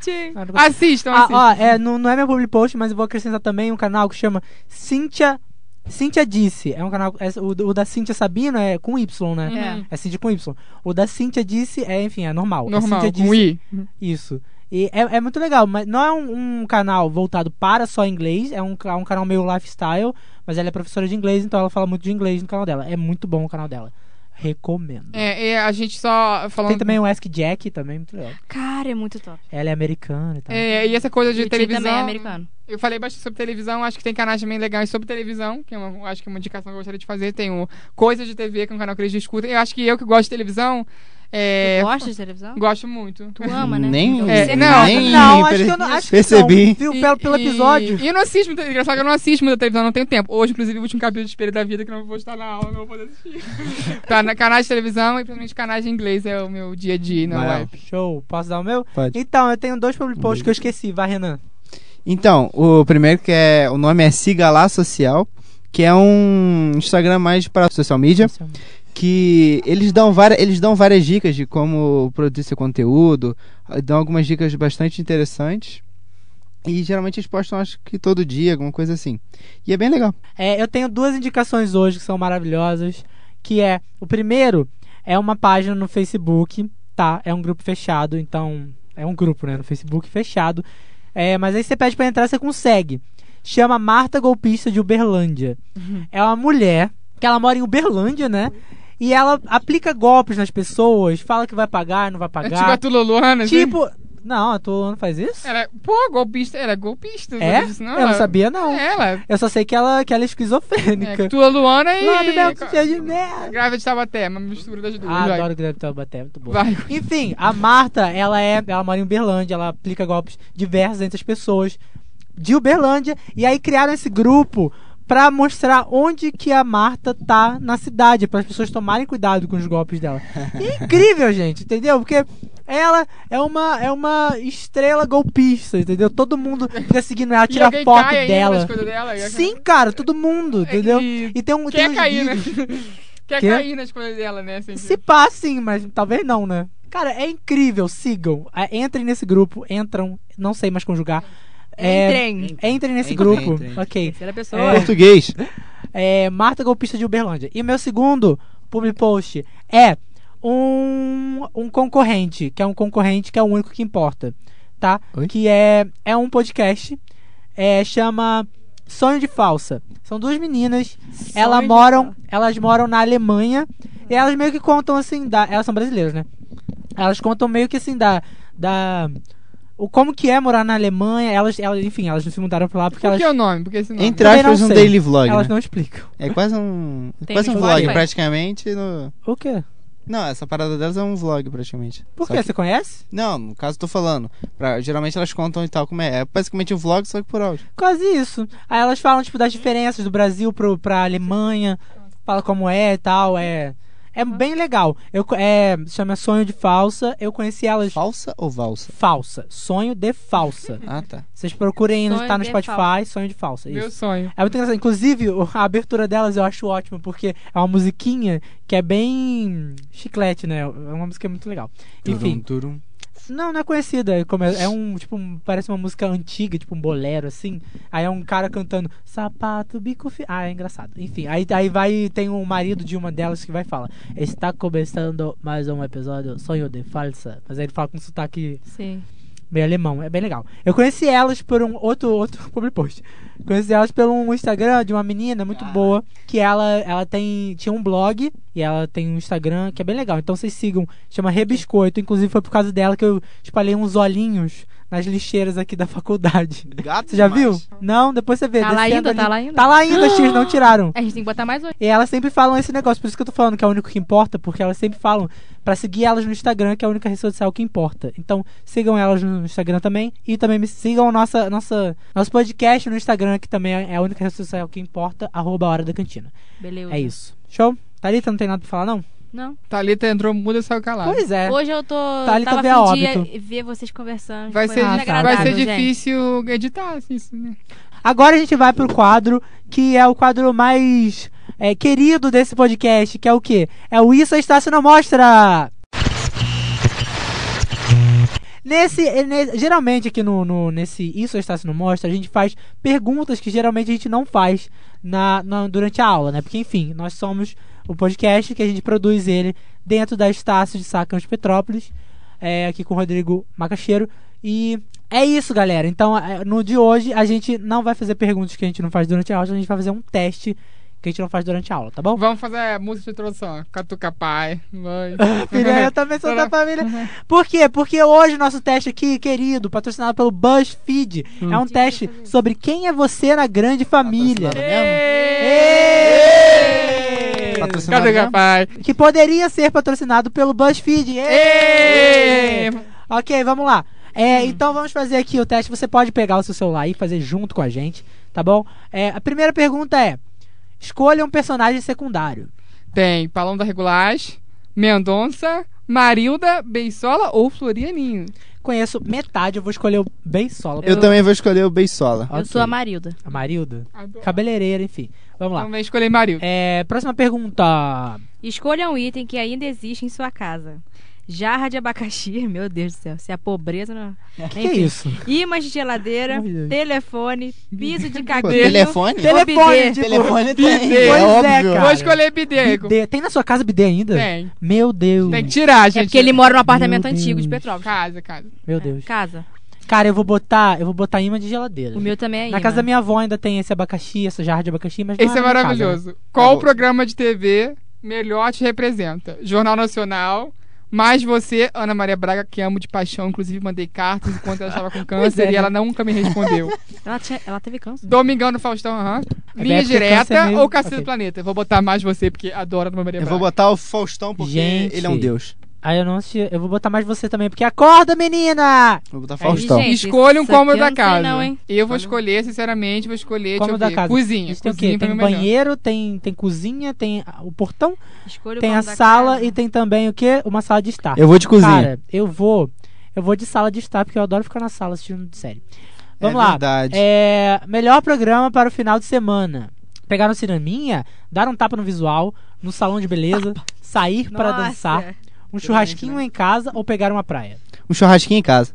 S2: Tim!
S1: Ah, não conheço.
S3: Assistam,
S1: Ah,
S3: assistam.
S1: ó, é, não, não é meu public post, mas eu vou acrescentar também um canal que chama Cíntia. Cíntia Disse. É um canal. é, o, o da Cíntia Sabino é com Y, né?
S3: Uhum.
S1: É Cíntia com Y. O da Cíntia Disse é, enfim, é normal. A
S3: Normal,
S1: Cíntia
S3: com
S1: Disse,
S3: I.
S1: Isso. E é, é muito legal, mas não é um, um canal voltado para só inglês, é um, ca- um canal meio lifestyle, mas ela é professora de inglês, então ela fala muito de inglês no canal dela. É muito bom o canal dela. Recomendo.
S3: É, é, a gente só falando...
S1: Tem também o Ask Jack, também muito legal.
S2: Cara, é muito top.
S1: Ela é americana e tal.
S3: É, e essa coisa de
S2: E o Tim
S3: televisão...
S2: também é americano.
S3: Eu falei bastante sobre televisão, acho que tem canais também legais sobre televisão, que é uma, acho que é uma indicação que eu gostaria de fazer. Tem o Coisas de TV, que é um canal que eles discutem. Eu acho que eu que gosto de televisão, é,
S2: Tu gosta de televisão?
S3: gosto muito.
S2: Tu ama, né?
S4: Nem-
S2: Então,
S3: é,
S2: você
S3: não,
S2: gosta.
S4: nem-
S1: Não, acho que eu não. Acho que
S4: Percebi.
S1: não, viu? Pelo, pelo
S3: E-
S1: episódio.
S3: E eu não assisto, muita- engraçado que eu não assisto muita televisão, não tenho tempo. Hoje, inclusive, o último capítulo de Espelho da Vida, que eu não vou estar na aula, não vou poder assistir. tá, na, canais de televisão e principalmente canais de inglês é o meu dia a dia é? na
S1: é
S4: Vai lá.
S3: web.
S1: Show, posso dar o meu?
S4: Pode.
S1: Então, eu tenho dois public posts que eu esqueci, vai, Renan.
S4: Então, o primeiro que é. O nome é Siga Lá Social, que é um Instagram mais para social media. que eles dão várias, eles dão várias dicas de como produzir seu conteúdo, ah, dão algumas dicas bastante interessantes. E geralmente eles postam, acho que todo dia, alguma coisa assim. E é bem legal.
S1: É, eu tenho duas indicações hoje que são maravilhosas. Que é, o primeiro é uma página no Facebook, tá? É um grupo fechado, então. É um grupo, né? No Facebook fechado. É, mas aí você pede pra entrar, você consegue. Chama Marta Golpista de Uberlândia.
S3: Uhum.
S1: É uma mulher que ela mora em Uberlândia, né? E ela aplica golpes nas pessoas, fala que vai pagar, não vai
S3: É tipo a
S1: pagar.
S3: Tululuana, assim.
S1: Tipo. Não, a Tolano faz isso?
S3: Ela é, pô, golpista, ela é golpista.
S1: É?
S3: sabe disso,
S1: eu não
S3: Ela-
S1: sabia, não.
S3: Ela,
S1: Eu só sei que ela, que ela é
S3: é,
S1: esquizofrênica.
S3: Tululuana e...
S1: Lá do Beto cheio de merda.
S3: Grávida de Taubaté, uma mistura das duas.
S1: Ah,
S3: vai.
S1: adoro o Guilherme Taubaté, muito bom.
S3: Vai.
S1: Enfim, a Marta, ela é. Ela mora em Uberlândia, ela aplica golpes diversos entre as pessoas de Uberlândia. E aí criaram esse grupo pra mostrar onde que a Marta tá na cidade, para as pessoas tomarem cuidado com os golpes dela. E é incrível, gente, entendeu? Porque ela é uma, é uma estrela golpista, entendeu? Todo mundo fica seguindo ela,
S3: E
S1: tira
S3: alguém
S1: foto
S3: cai né? É ainda nas
S1: dela.
S3: coisas dela. e-
S1: Sim, cara, todo mundo, entendeu?
S3: E
S1: E tem um tem
S3: quer
S1: uns
S3: cair, né?
S1: vídeos-
S3: Quer
S1: Quê?
S3: cair nas coisas dela, né? assim,
S1: Se pá, sim, mas talvez não, né? Cara, é incrível, sigam. É, Entrem nesse grupo, entram, não sei mais conjugar. É,
S2: Entrem.
S1: entrem nesse
S4: Entrem,
S1: grupo.
S4: entrem.
S1: Ok.
S2: Terceira pessoa.
S1: É.
S4: Português.
S1: É, Marta Golpista de Uberlândia. E meu segundo public post é um, um concorrente, que é um concorrente que é o único que importa, tá?
S4: Oi?
S1: Que é, é um podcast, é, chama Sonho de Falsa. São duas meninas.
S2: Sonho
S1: Elas
S2: de
S1: moram,
S2: Falsa.
S1: elas moram na Alemanha e elas meio que contam assim da, elas são brasileiras, né? Elas contam meio que assim da da o como que é morar na Alemanha. Elas, elas enfim, elas não se mudaram pra lá porque
S3: Por
S1: elas
S3: que é o nome? Por que esse nome?
S4: Entre
S1: Também não
S4: aspas, um
S1: sei.
S4: daily vlog.
S1: elas
S4: né?
S1: não explicam.
S4: É quase um.
S2: Tem
S4: quase um
S2: muito
S4: vlog,
S2: vlog.
S4: praticamente. no-
S1: O quê?
S4: Não, essa parada delas é um vlog, praticamente.
S1: Por
S4: Só
S1: quê?
S4: que-
S1: Você conhece?
S4: Não, no caso eu tô falando. Pra- Geralmente elas contam e tal como é. É basicamente um vlog, só que por áudio.
S1: Quase isso. Aí elas falam, tipo, das diferenças do Brasil pro, pra Alemanha. Fala como é e tal. É. É bem legal. Eu, co- é, chama Sonho de Falsa. Eu conheci elas.
S4: Falsa ou valsa?
S1: Falsa. Sonho de falsa.
S4: Ah, tá.
S1: Vocês procurem aí,
S2: Sonho
S1: tá no
S2: de
S1: Spotify,
S2: falsa.
S1: sonho de falsa. Isso.
S3: Meu sonho.
S1: É muito engraçado. Inclusive, o- a abertura delas eu acho ótima, porque é uma musiquinha que é bem chiclete, né? É uma música muito legal. Enfim,
S4: Turum, turum.
S1: não, não é conhecida. é como É é um, tipo, um- parece uma música antiga, tipo um bolero, assim. Aí é um cara cantando sapato, bico fi... Ah, é engraçado. Enfim, aí, aí vai tem um marido de uma delas que vai falar Está começando mais um episódio Sonho de Falsa. Mas aí ele fala com sotaque
S2: Sim.
S1: meio alemão, é bem legal. Eu conheci elas por um outro, outro public post. Conheci elas pelo um Instagram de uma menina muito boa, que ela, ela tem, tinha um blog e ela tem um Instagram que é bem legal. Então vocês sigam, chama Rebiscoito. Inclusive foi por causa dela que eu espalhei uns olhinhos nas lixeiras aqui da faculdade.
S4: Gato
S1: Você já viu?
S4: demais.
S1: Não, depois você vê.
S2: Tá lá
S1: descendo
S2: ainda,
S1: ali.
S2: tá lá ainda.
S1: Tá lá ainda, X, não tiraram.
S2: A gente tem que botar mais hoje.
S1: E elas sempre falam esse negócio, por isso que eu tô falando que é o único que importa, porque elas sempre falam pra seguir elas no Instagram, que é a única rede social que importa. Então, sigam elas no Instagram também e também me sigam a nossa, nossa, nosso podcast no Instagram, que também é a única rede social que importa, arroba a hora da cantina.
S2: Beleza.
S1: É isso. Show? Thalita, não tem nada pra falar, não?
S2: Não.
S3: Thalita entrou muda e saiu calada.
S1: Pois é.
S2: Hoje eu tô.
S1: Thalita
S2: tava
S1: vê a
S2: afim de
S1: óbito.
S2: ver vocês conversando.
S3: Vai
S2: foi
S3: ser,
S2: muito
S1: difícil-
S3: vai ser
S2: agradável, gente.
S3: difícil editar assim, isso, né?
S1: Agora a gente vai pro quadro que é o quadro mais é, querido desse podcast, que é o quê? É o Isso Está Sendo Mostra! Nesse, eh, ne- geralmente aqui no, no- nesse Isso Está Sendo Mostra, a gente faz perguntas que geralmente a gente não faz na, na- durante a aula, né? Porque, enfim, nós somos o podcast que a gente produz ele dentro da Estácio de Sacamos Petrópolis, é, aqui com o Rodrigo Macaxeiro. E é isso, galera. Então, é, no de hoje, a gente não vai fazer perguntas que a gente não faz durante a aula, a gente vai fazer um teste que a gente não faz durante a aula, tá bom?
S3: Vamos fazer a música de introdução. Catuca pai, mãe.
S1: Filha, é eu também sou da família. Por quê? Porque hoje o nosso teste aqui, querido, patrocinado pelo BuzzFeed, é um teste sobre quem é você na grande família.
S4: Patrocinado mesmo?
S1: Ê!
S4: Patrocinado
S3: Catuca
S4: mesmo?
S3: pai.
S1: Que poderia ser patrocinado pelo BuzzFeed. Ê!
S3: Ê!
S1: Ok, vamos lá. É, Então vamos fazer aqui o teste. Você pode pegar o seu celular e fazer junto com a gente, tá bom? É, a primeira pergunta é: escolha um personagem secundário.
S3: Tem Palão da Regulagem, Mendonça, Marilda, Beisola ou Florianinho.
S1: Conheço metade, eu vou escolher o bem solo.
S4: Eu também vou escolher o Beisola.
S2: Eu sou a Marilda.
S1: A Marilda?
S3: Adoro.
S1: Cabeleireira, enfim. Vamos lá.
S3: Também escolhi Então Marilda.
S1: É, próxima pergunta.
S2: Escolha um item que ainda existe em sua casa. Jarra de abacaxi, meu Deus do céu, se a pobreza não.
S1: Que é isso?
S2: Imãs de geladeira,
S1: Meu Deus.
S2: telefone, piso de
S4: Pô,
S2: caguinho.
S4: telefone?
S2: Tele-
S1: Telefone, tipo,
S4: Telefone tem.
S3: Pois
S1: é,
S4: É óbvio.
S1: cara.
S3: Vou escolher Bidego.
S1: bidê. Tem na sua casa bidê ainda?
S3: Tem.
S1: Meu Deus.
S3: Tem que tirar, gente. é
S2: É porque ele mora num apartamento
S1: Meu
S2: antigo de
S1: Deus.
S2: Petrópolis.
S3: Casa, casa.
S1: Meu Deus.
S2: Casa.
S1: Cara, eu vou botar, eu vou botar imã de geladeira.
S2: O meu também é
S1: na
S2: imã.
S1: casa da minha avó ainda tem esse abacaxi, essa jarra de abacaxi, mas não
S3: Esse é
S1: na minha casa, né?
S3: maravilhoso. Qual
S4: Tá bom.
S3: programa de TV melhor te representa? Jornal Nacional, mais você, Ana Maria Braga, que amo de paixão. Inclusive, mandei cartas enquanto ela estava com câncer
S1: é,
S3: e
S1: né?
S3: ela nunca me respondeu.
S2: Ela, tinha- ela teve câncer.
S3: Domingão no Faustão,
S1: É
S3: aham. Linha
S1: bem porque câncer
S3: direta
S1: mesmo-
S3: ou Cacete
S1: ok.
S3: do Planeta? Eu Vou botar mais você, porque adoro Ana Maria
S4: Eu
S3: Braga.
S4: vou botar o Faustão porque
S1: Gente.
S4: ele é um deus.
S1: Aí eu não assisti, eu vou botar mais você também, porque acorda, menina!
S4: Vou botar Faustão.
S2: gente.
S3: Escolha um
S2: isso aqui
S3: cômodo
S2: eu não
S3: da
S2: sei
S3: casa.
S2: não, hein?
S3: Eu vou escolher, sinceramente, vou escolher.
S1: Cômodo
S3: deixa eu
S1: da
S3: ver.
S1: casa.
S3: Cozinha.
S1: Isso tem o
S3: cozinha
S1: quê?
S3: pra
S1: Tem
S3: mim é melhor.
S1: banheiro, tem, tem cozinha, tem ah, o portão,
S2: Escolha o
S1: tem a
S2: cômodo da
S1: sala
S2: casa.
S1: e tem também o quê? Uma sala de estar.
S4: Eu vou de cozinha.
S1: Cara, eu vou. Eu vou de sala de estar, porque eu adoro ficar na sala assistindo série. Vamos
S4: é
S1: lá.
S4: Verdade.
S1: É, melhor programa para o final de semana. Pegar no cineminha, dar um tapa no visual, no salão de beleza, sair para
S2: Nossa. é
S1: dançar, um churrasquinho em casa ou pegar uma praia.
S4: Um churrasquinho em casa.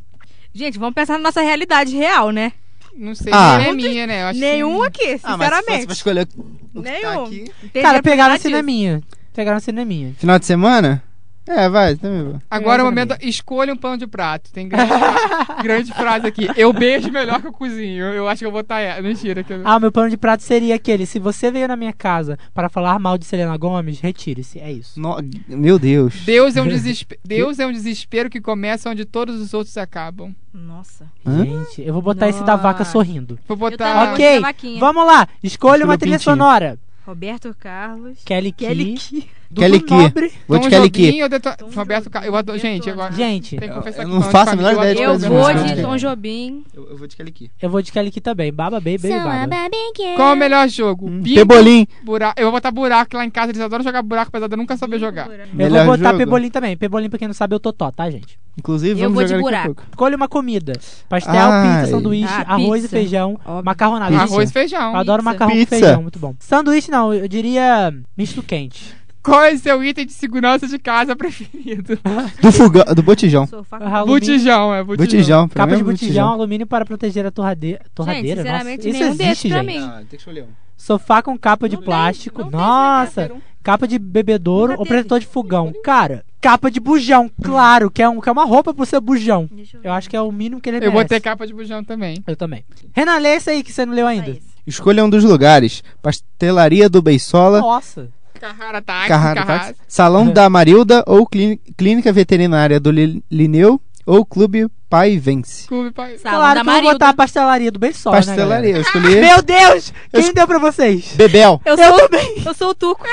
S2: Gente, vamos pensar na nossa realidade real, né?
S3: Não sei,
S4: Ah.
S3: nem é minha, né? Eu acho que- Ah,
S2: Nenhum aqui,
S4: você vai
S2: sinceramente.
S4: escolher o que tá
S2: Nenhum.
S4: aqui.
S2: Tem
S1: Cara,
S2: jeito pra
S1: pegar no
S2: disso.
S1: cineminha. Pegar no cineminha.
S4: Final de semana? É, vai, também vai.
S3: Agora é o momento, escolha um pano de prato. Tem grande, fra- grande frase aqui. Eu beijo melhor que eu cozinho. Eu acho que eu vou botar ela. Mentira. Que eu...
S1: Ah, meu plano de prato seria aquele: se você veio na minha casa para falar mal de Selena Gomes, retire-se. É isso.
S4: No- Meu Deus.
S3: Deus, é um desespe- Deus é um desespero que começa onde todos os outros acabam.
S2: Nossa.
S4: Hã?
S1: Gente, eu vou botar esse da vaca
S2: Nossa.
S1: sorrindo.
S3: Vou
S2: também.
S3: botar.
S2: vou botar
S1: ok,
S2: a vaquinha.
S1: vamos lá. Escolha
S4: Mistura
S1: uma
S4: o
S1: trilha
S4: pintinho.
S1: sonora.
S2: Roberto Carlos.
S1: Kelly
S2: Kelly
S1: Key.
S2: Key.
S1: Dudu
S4: Kelly Key.
S1: Nobre.
S4: Vou
S3: Tom
S4: de Kelly
S3: Jobim,
S4: Key.
S3: Eu deto...
S2: Tom
S3: Roberto
S2: Jobim,
S3: Ca- eu adoro... Gente,
S2: detona.
S3: agora.
S1: Gente,
S3: Tem que confessar
S4: eu
S3: que
S4: não
S3: falando
S4: faço a
S3: família,
S1: Tá
S4: menor ideia de
S2: Eu
S4: Mas
S2: vou
S4: eu
S2: de
S1: né?
S4: acho
S2: Tom
S4: que-
S2: Jobim.
S4: Eu, vou de Kelly Key.
S1: eu vou de Kelly Key também. Baba Baby, baby baba.
S3: Qual é o melhor jogo?
S4: Hum.
S3: Bingo,
S4: Pebolim.
S3: buraco. Eu vou botar buraco lá em casa. Eles adoram jogar buraco, apesar de eu
S1: é
S3: nunca saber jogar.
S1: Eu
S4: Melhor
S1: vou botar
S4: jogo.
S1: Pebolim também. Pebolim, pra quem não sabe, é o Totó, tá, gente?
S4: Inclusive,
S2: Eu
S4: vamos
S2: vou de
S4: jogar daqui a
S2: buraco.
S4: pouco.
S1: Escolha uma comida: pastel,
S4: Ai.
S1: pizza, sanduíche,
S2: Ah,
S1: arroz
S2: pizza.
S1: e feijão,
S2: Óbvio.
S1: macarronada.
S4: Pizza.
S3: Arroz e
S1: Eu
S3: feijão.
S1: adoro
S2: Pizza.
S1: macarrão
S4: Pizza.
S1: com feijão, muito bom. Sanduíche não, eu diria misto quente.
S3: Qual é o seu item de segurança de casa preferido?
S4: Do fogão, do botijão.
S2: Sofá com-
S1: Alumínio,
S3: Botijão, é botijão.
S4: Botijão, pra
S1: Capa
S4: mim
S1: de
S4: é
S1: botijão, alumínio para proteger a torradeira. torradeira nossa,
S2: sinceramente,
S1: isso
S2: nenhum
S1: existe,
S2: desses pra
S1: gente.
S2: mim.
S4: tem que escolher um.
S1: Sofá com capa de
S3: Não tem,
S1: plástico.
S3: não tem,
S1: Tipo,
S2: né,
S3: né? um.
S1: nossa,
S3: não tem.
S1: capa de bebedouro
S2: Nunca
S1: ou
S2: teve.
S1: protetor de fogão. Cara, capa de bujão, claro, que é, um, que é uma roupa pro seu bujão.
S2: Deixa eu ver.
S1: Eu acho que é o mínimo que ele
S3: Eu
S1: merece.
S3: botei capa de bujão também.
S1: Eu também. Renan, lê esse aí que você não leu ainda.
S2: Só isso.
S4: Escolha um dos lugares. Pastelaria do
S1: Oh,
S4: Beisola,
S1: Nossa.
S3: Carrara táxi,
S4: Carrara
S3: Carrara-
S4: Táxi, Salão da Marilda ou Clí- Clínica Veterinária do Li- Lineu ou Clube Pai Vence.
S3: Clube, pai.
S2: Salão
S1: claro
S2: da
S1: que eu vou
S2: Marilda.
S1: botar a pastelaria do bem só, né,
S4: Pastelaria, eu escolhi
S1: galera? Meu Deus! Quem
S4: Eu-
S1: deu pra vocês?
S4: Bebel.
S2: Eu
S1: Eu
S2: sou,
S1: também.
S2: eu sou o Tuco.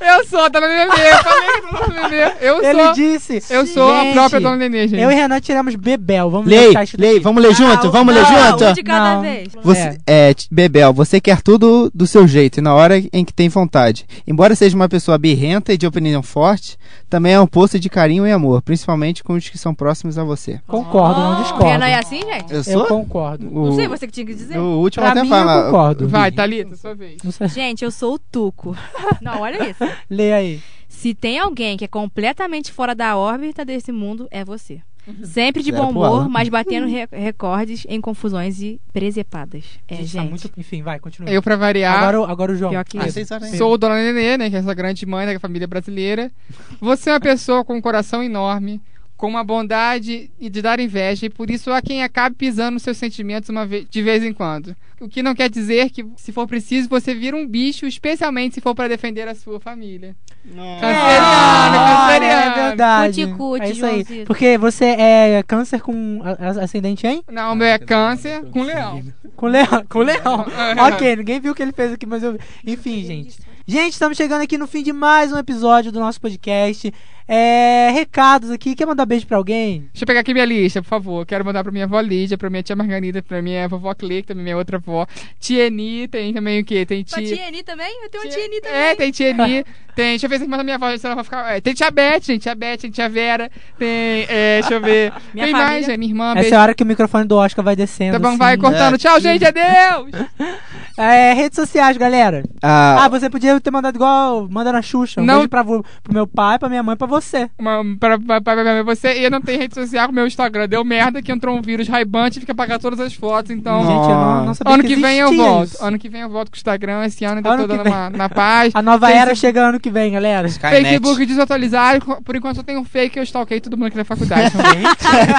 S3: Eu sou a dona Nenê. Eu falei que eu sou a dona Nenê. Eu
S1: Ele
S3: sou,
S1: disse.
S3: eu sou a
S1: Gente,
S3: própria dona Nenê, gente.
S1: Eu e Renan tiramos Bebel. Vamos ver o
S4: Lei,
S1: que tá escrito
S4: lei,
S1: aqui.
S4: vamos ler junto,
S2: Ah,
S4: vamos ler
S2: não,
S4: junto.
S2: Um de cada
S1: Não.
S2: vez.
S4: Você, é. t- Bebel, você quer tudo do seu jeito e na hora em que tem vontade. Embora seja uma pessoa birrenta e de opinião forte, também é um poço de carinho e amor, principalmente com os que são próximos a você.
S1: Concordo, não discordo.
S2: Renan é assim, gente?
S4: Eu
S1: Eu
S4: sou?
S1: concordo.
S4: o,
S2: Não sei, você que tinha que dizer.
S4: o último
S1: Pra
S4: até
S1: mim,
S4: fala.
S1: eu concordo.
S3: Vai,
S2: tá.
S3: Thalita, sua vez.
S1: Não sei.
S2: Gente, eu sou o Tuco. Não, olha isso.
S1: Lê aí.
S2: Se tem alguém que é completamente fora da órbita desse mundo, é você. Sempre de
S4: Zero
S2: bom
S4: pro
S2: humor,
S4: Alan.
S2: mas batendo re- recordes em confusões e presepadas. É,
S1: tá
S2: gente. ah,
S1: muito... Enfim, vai, continua.
S3: Eu, pra variar,
S1: Agora, o- agora o João.
S2: Pior que
S4: Ah,
S2: eu.
S4: vocês sabem.
S3: sou dona Nenê, né? Que é essa grande mãe da família brasileira. Você é uma pessoa com um coração enorme, com uma bondade e de dar inveja, e por isso há quem acabe pisando nos seus sentimentos uma vez, de vez em quando. O que não quer dizer que, se for preciso, você vira um bicho, especialmente se for pra defender a sua família.
S1: É,
S3: Canceriano,
S1: Ah,
S3: canceriano.
S1: É verdade.
S2: né? Cuti, cuti,
S1: é isso aí.
S2: Joãozito.
S1: Porque você é câncer com a- a- ascendente em?
S3: Não, o meu é câncer com leão.
S1: Com leão. Com leão. ok, ninguém viu o que ele fez aqui, mas eu vi. Enfim, gente. Gente, estamos chegando aqui no fim de mais um episódio do nosso podcast. É, recados aqui. Quer mandar beijo pra alguém?
S3: Deixa eu pegar aqui minha lista, por favor. Quero mandar pra minha avó Lídia, pra minha tia Margarida, pra minha vovó Clê, que também é minha outra avó. Tia Eni, tem também o quê? Tem
S2: Sua
S3: tia...
S2: tia Eni também? Eu tenho uma
S3: Tia-
S2: tia Eni também.
S3: É, tem tia Eni, tem, deixa eu ver se manda minha avó, se ela vai ficar. é, tem tia Beth, gente, tia Beth, tem tia Vera, tem. É, deixa eu ver.
S2: Minha
S3: tem
S2: família.
S3: mais, gente, minha irmã,
S1: Essa
S3: um beijo.
S1: é a hora que o microfone do Oscar vai descendo.
S3: Tá bom,
S1: assim.
S3: vai
S2: É.
S3: cortando. Tchau, gente, adeus!
S1: É, redes sociais, galera.
S4: Ah,
S1: Ah, você podia ter mandado igual mandando a Xuxa. Um
S3: Não.
S1: beijo pra, vo- pro meu pai, pra minha mãe, pra você.
S3: Uma, pra, pra, pra, pra você, e eu não tenho rede social, meu Instagram deu merda que entrou um vírus raibante e fica apagar todas as fotos, então.
S4: Nossa.
S1: Gente, eu não, não sabia
S3: Ano
S1: que
S3: que vem eu
S1: existia
S3: volto.
S1: isso.
S3: Ano que vem eu volto com o Instagram. Esse ano ainda
S1: Ano
S3: tô
S1: que
S3: dando
S1: vem.
S3: uma, na paz.
S1: A nova
S3: Face-
S1: era chega ano que vem, galera.
S3: Facebook desatualizado. Por enquanto só tem um fake eu stalkei todo mundo aqui na faculdade.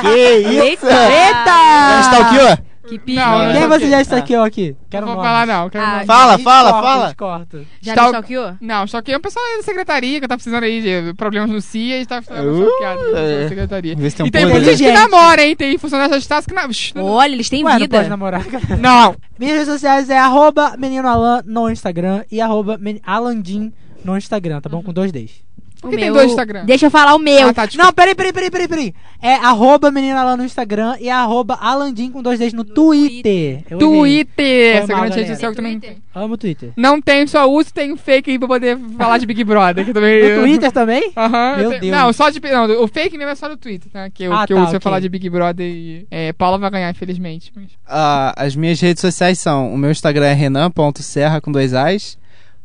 S4: Que isso?
S2: Eita!
S4: Já está o quê?
S2: Que pique.
S3: Não, eu
S1: Quem
S3: não
S1: você já está aqui ou aqui?
S3: Não
S1: Quero
S3: Ah. vou
S1: nomes.
S3: falar, não. Quero
S2: Ah,
S3: nome.
S4: Fala,
S1: Aí
S4: fala,
S1: corta,
S4: fala.
S1: descorta.
S2: Já
S3: Stal-
S2: me stalkeou?
S3: Não, stalkeei o pessoal da secretaria que tá precisando aí de problemas no CIA e tá ficando
S4: Uh,
S3: stalkeado
S4: é.
S3: na secretaria.
S4: Vê se tem um
S3: e tem
S4: podre,
S1: né?
S3: muita gente que
S1: Gente.
S3: namora, hein? Tem funcionário da Stasi que namora.
S2: Olha, eles
S1: Ué,
S2: têm
S1: não pode
S2: vida.
S1: namorar, galera.
S3: Não!
S1: Minhas redes sociais é arroba meninoalan no Instagram e arroba men- alandim no Instagram, tá bom? Com dois Ds.
S2: O
S3: que tem
S2: meu-
S3: dois Instagram?
S2: Deixa eu falar o meu.
S3: Ah, tá, desculpa.
S1: Não, peraí, peraí, peraí, peraí, peraí. É arroba meninoalan no Instagram e arroba alandim com dois Ds no, Twitter. Eu errei.
S3: Twitter!
S1: Foi
S3: Essa
S1: mal,
S3: grande rede
S1: galera.
S3: social que também
S2: Twitter.
S1: Amo o Twitter.
S3: Não tem, só uso, tem um fake aí pra poder falar de Big Brother. Que também...
S1: No Twitter também?
S3: Aham.
S1: Meu
S3: eu te-
S1: Deus.
S3: Não, só de. Não, o fake mesmo é só no Twitter, tá? Que eu,
S1: Ah,
S3: que
S1: tá,
S3: eu uso
S1: ok.
S3: pra falar de Big Brother e. É, Paula vai ganhar, infelizmente. mas-
S4: Ah, as minhas redes sociais são: o meu Instagram é renan.serra com dois as.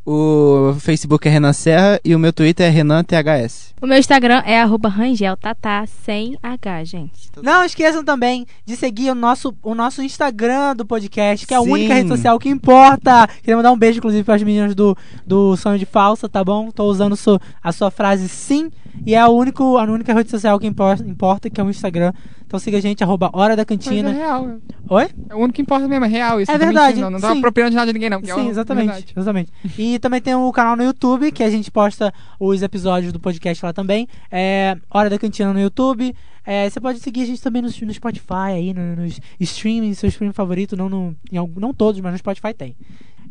S4: O Facebook é Renan Serra e o meu Twitter é RenanTHS.
S2: O meu Instagram é arroba rangeltatá, sem H, gente.
S1: Não esqueçam também de seguir o nosso, o nosso Instagram do podcast, que é a
S4: Sim.
S1: única rede social que importa. Queria mandar um beijo, inclusive, para as meninas do, do Sonho de Falsa, tá bom? Tô usando su- a sua frase sim, e é a, único, a única rede social que impor- importa, que é o Instagram. Então siga a gente, arroba Hora da
S3: Mas é
S1: Cantina.
S3: real.
S1: Oi?
S3: É o único que importa mesmo, é real isso.
S1: É
S3: não tô
S1: verdade,
S3: mentindo, Não, não
S1: sim.
S3: tá apropriando de nada de ninguém, não. porque é
S1: Sim,
S3: uma
S1: exatamente,
S3: verdade.
S1: exatamente. E também tem o canal no YouTube, que a gente posta os episódios do podcast lá também. É, Hora da Cantina no YouTube. É, você pode seguir a gente também no, no Spotify, aí, no- nos streaming, seu streaming favorito, não, no, em algum- não todos, mas no Spotify tem.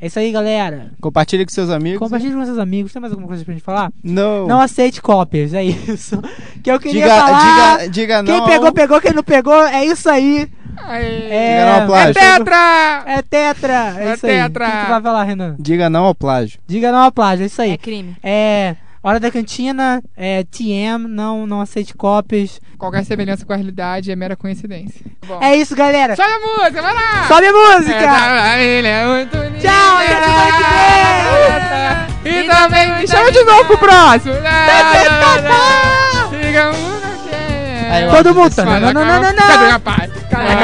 S1: É isso aí, galera.
S4: Compartilha com seus amigos. né?
S1: Compartilhe com seus amigos. Tem mais alguma coisa pra gente falar?
S4: Não.
S1: Não aceite cópias, é isso. Que eu queria
S4: diga,
S1: falar.
S4: diga, diga não.
S1: quem
S4: ao-
S1: pegou, pegou. Quem não pegou, é isso aí.
S3: Aê.
S1: É,
S4: Diga não ao
S3: É
S4: plágio.
S3: tetra!
S1: É tetra. É,
S3: É
S1: isso aí.
S3: tetra.
S1: O que tu vai falar, Renan?
S4: Diga não ao plágio.
S1: Diga não ao plágio, é isso aí.
S2: É crime.
S1: É. Hora da cantina, é TM, não, não aceite cópias.
S3: Qualquer semelhança com a realidade é mera coincidência. Bom.
S1: É isso, galera.
S3: Sobe a música, vai lá!
S1: Sobe a
S3: É,
S1: música!
S3: tá, ele é muito lindo.
S1: Tchau, e até semana que
S3: E também me chama de novo pro próximo. Fica um muito ok.
S4: Aí, ó.
S1: Todo mundo. Não,
S4: Vai,
S1: não, não, não, não.
S3: um Cadê rapaz?
S4: Vai,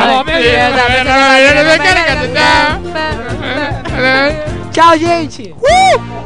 S3: Cadê
S1: Tchau, gente! Uh!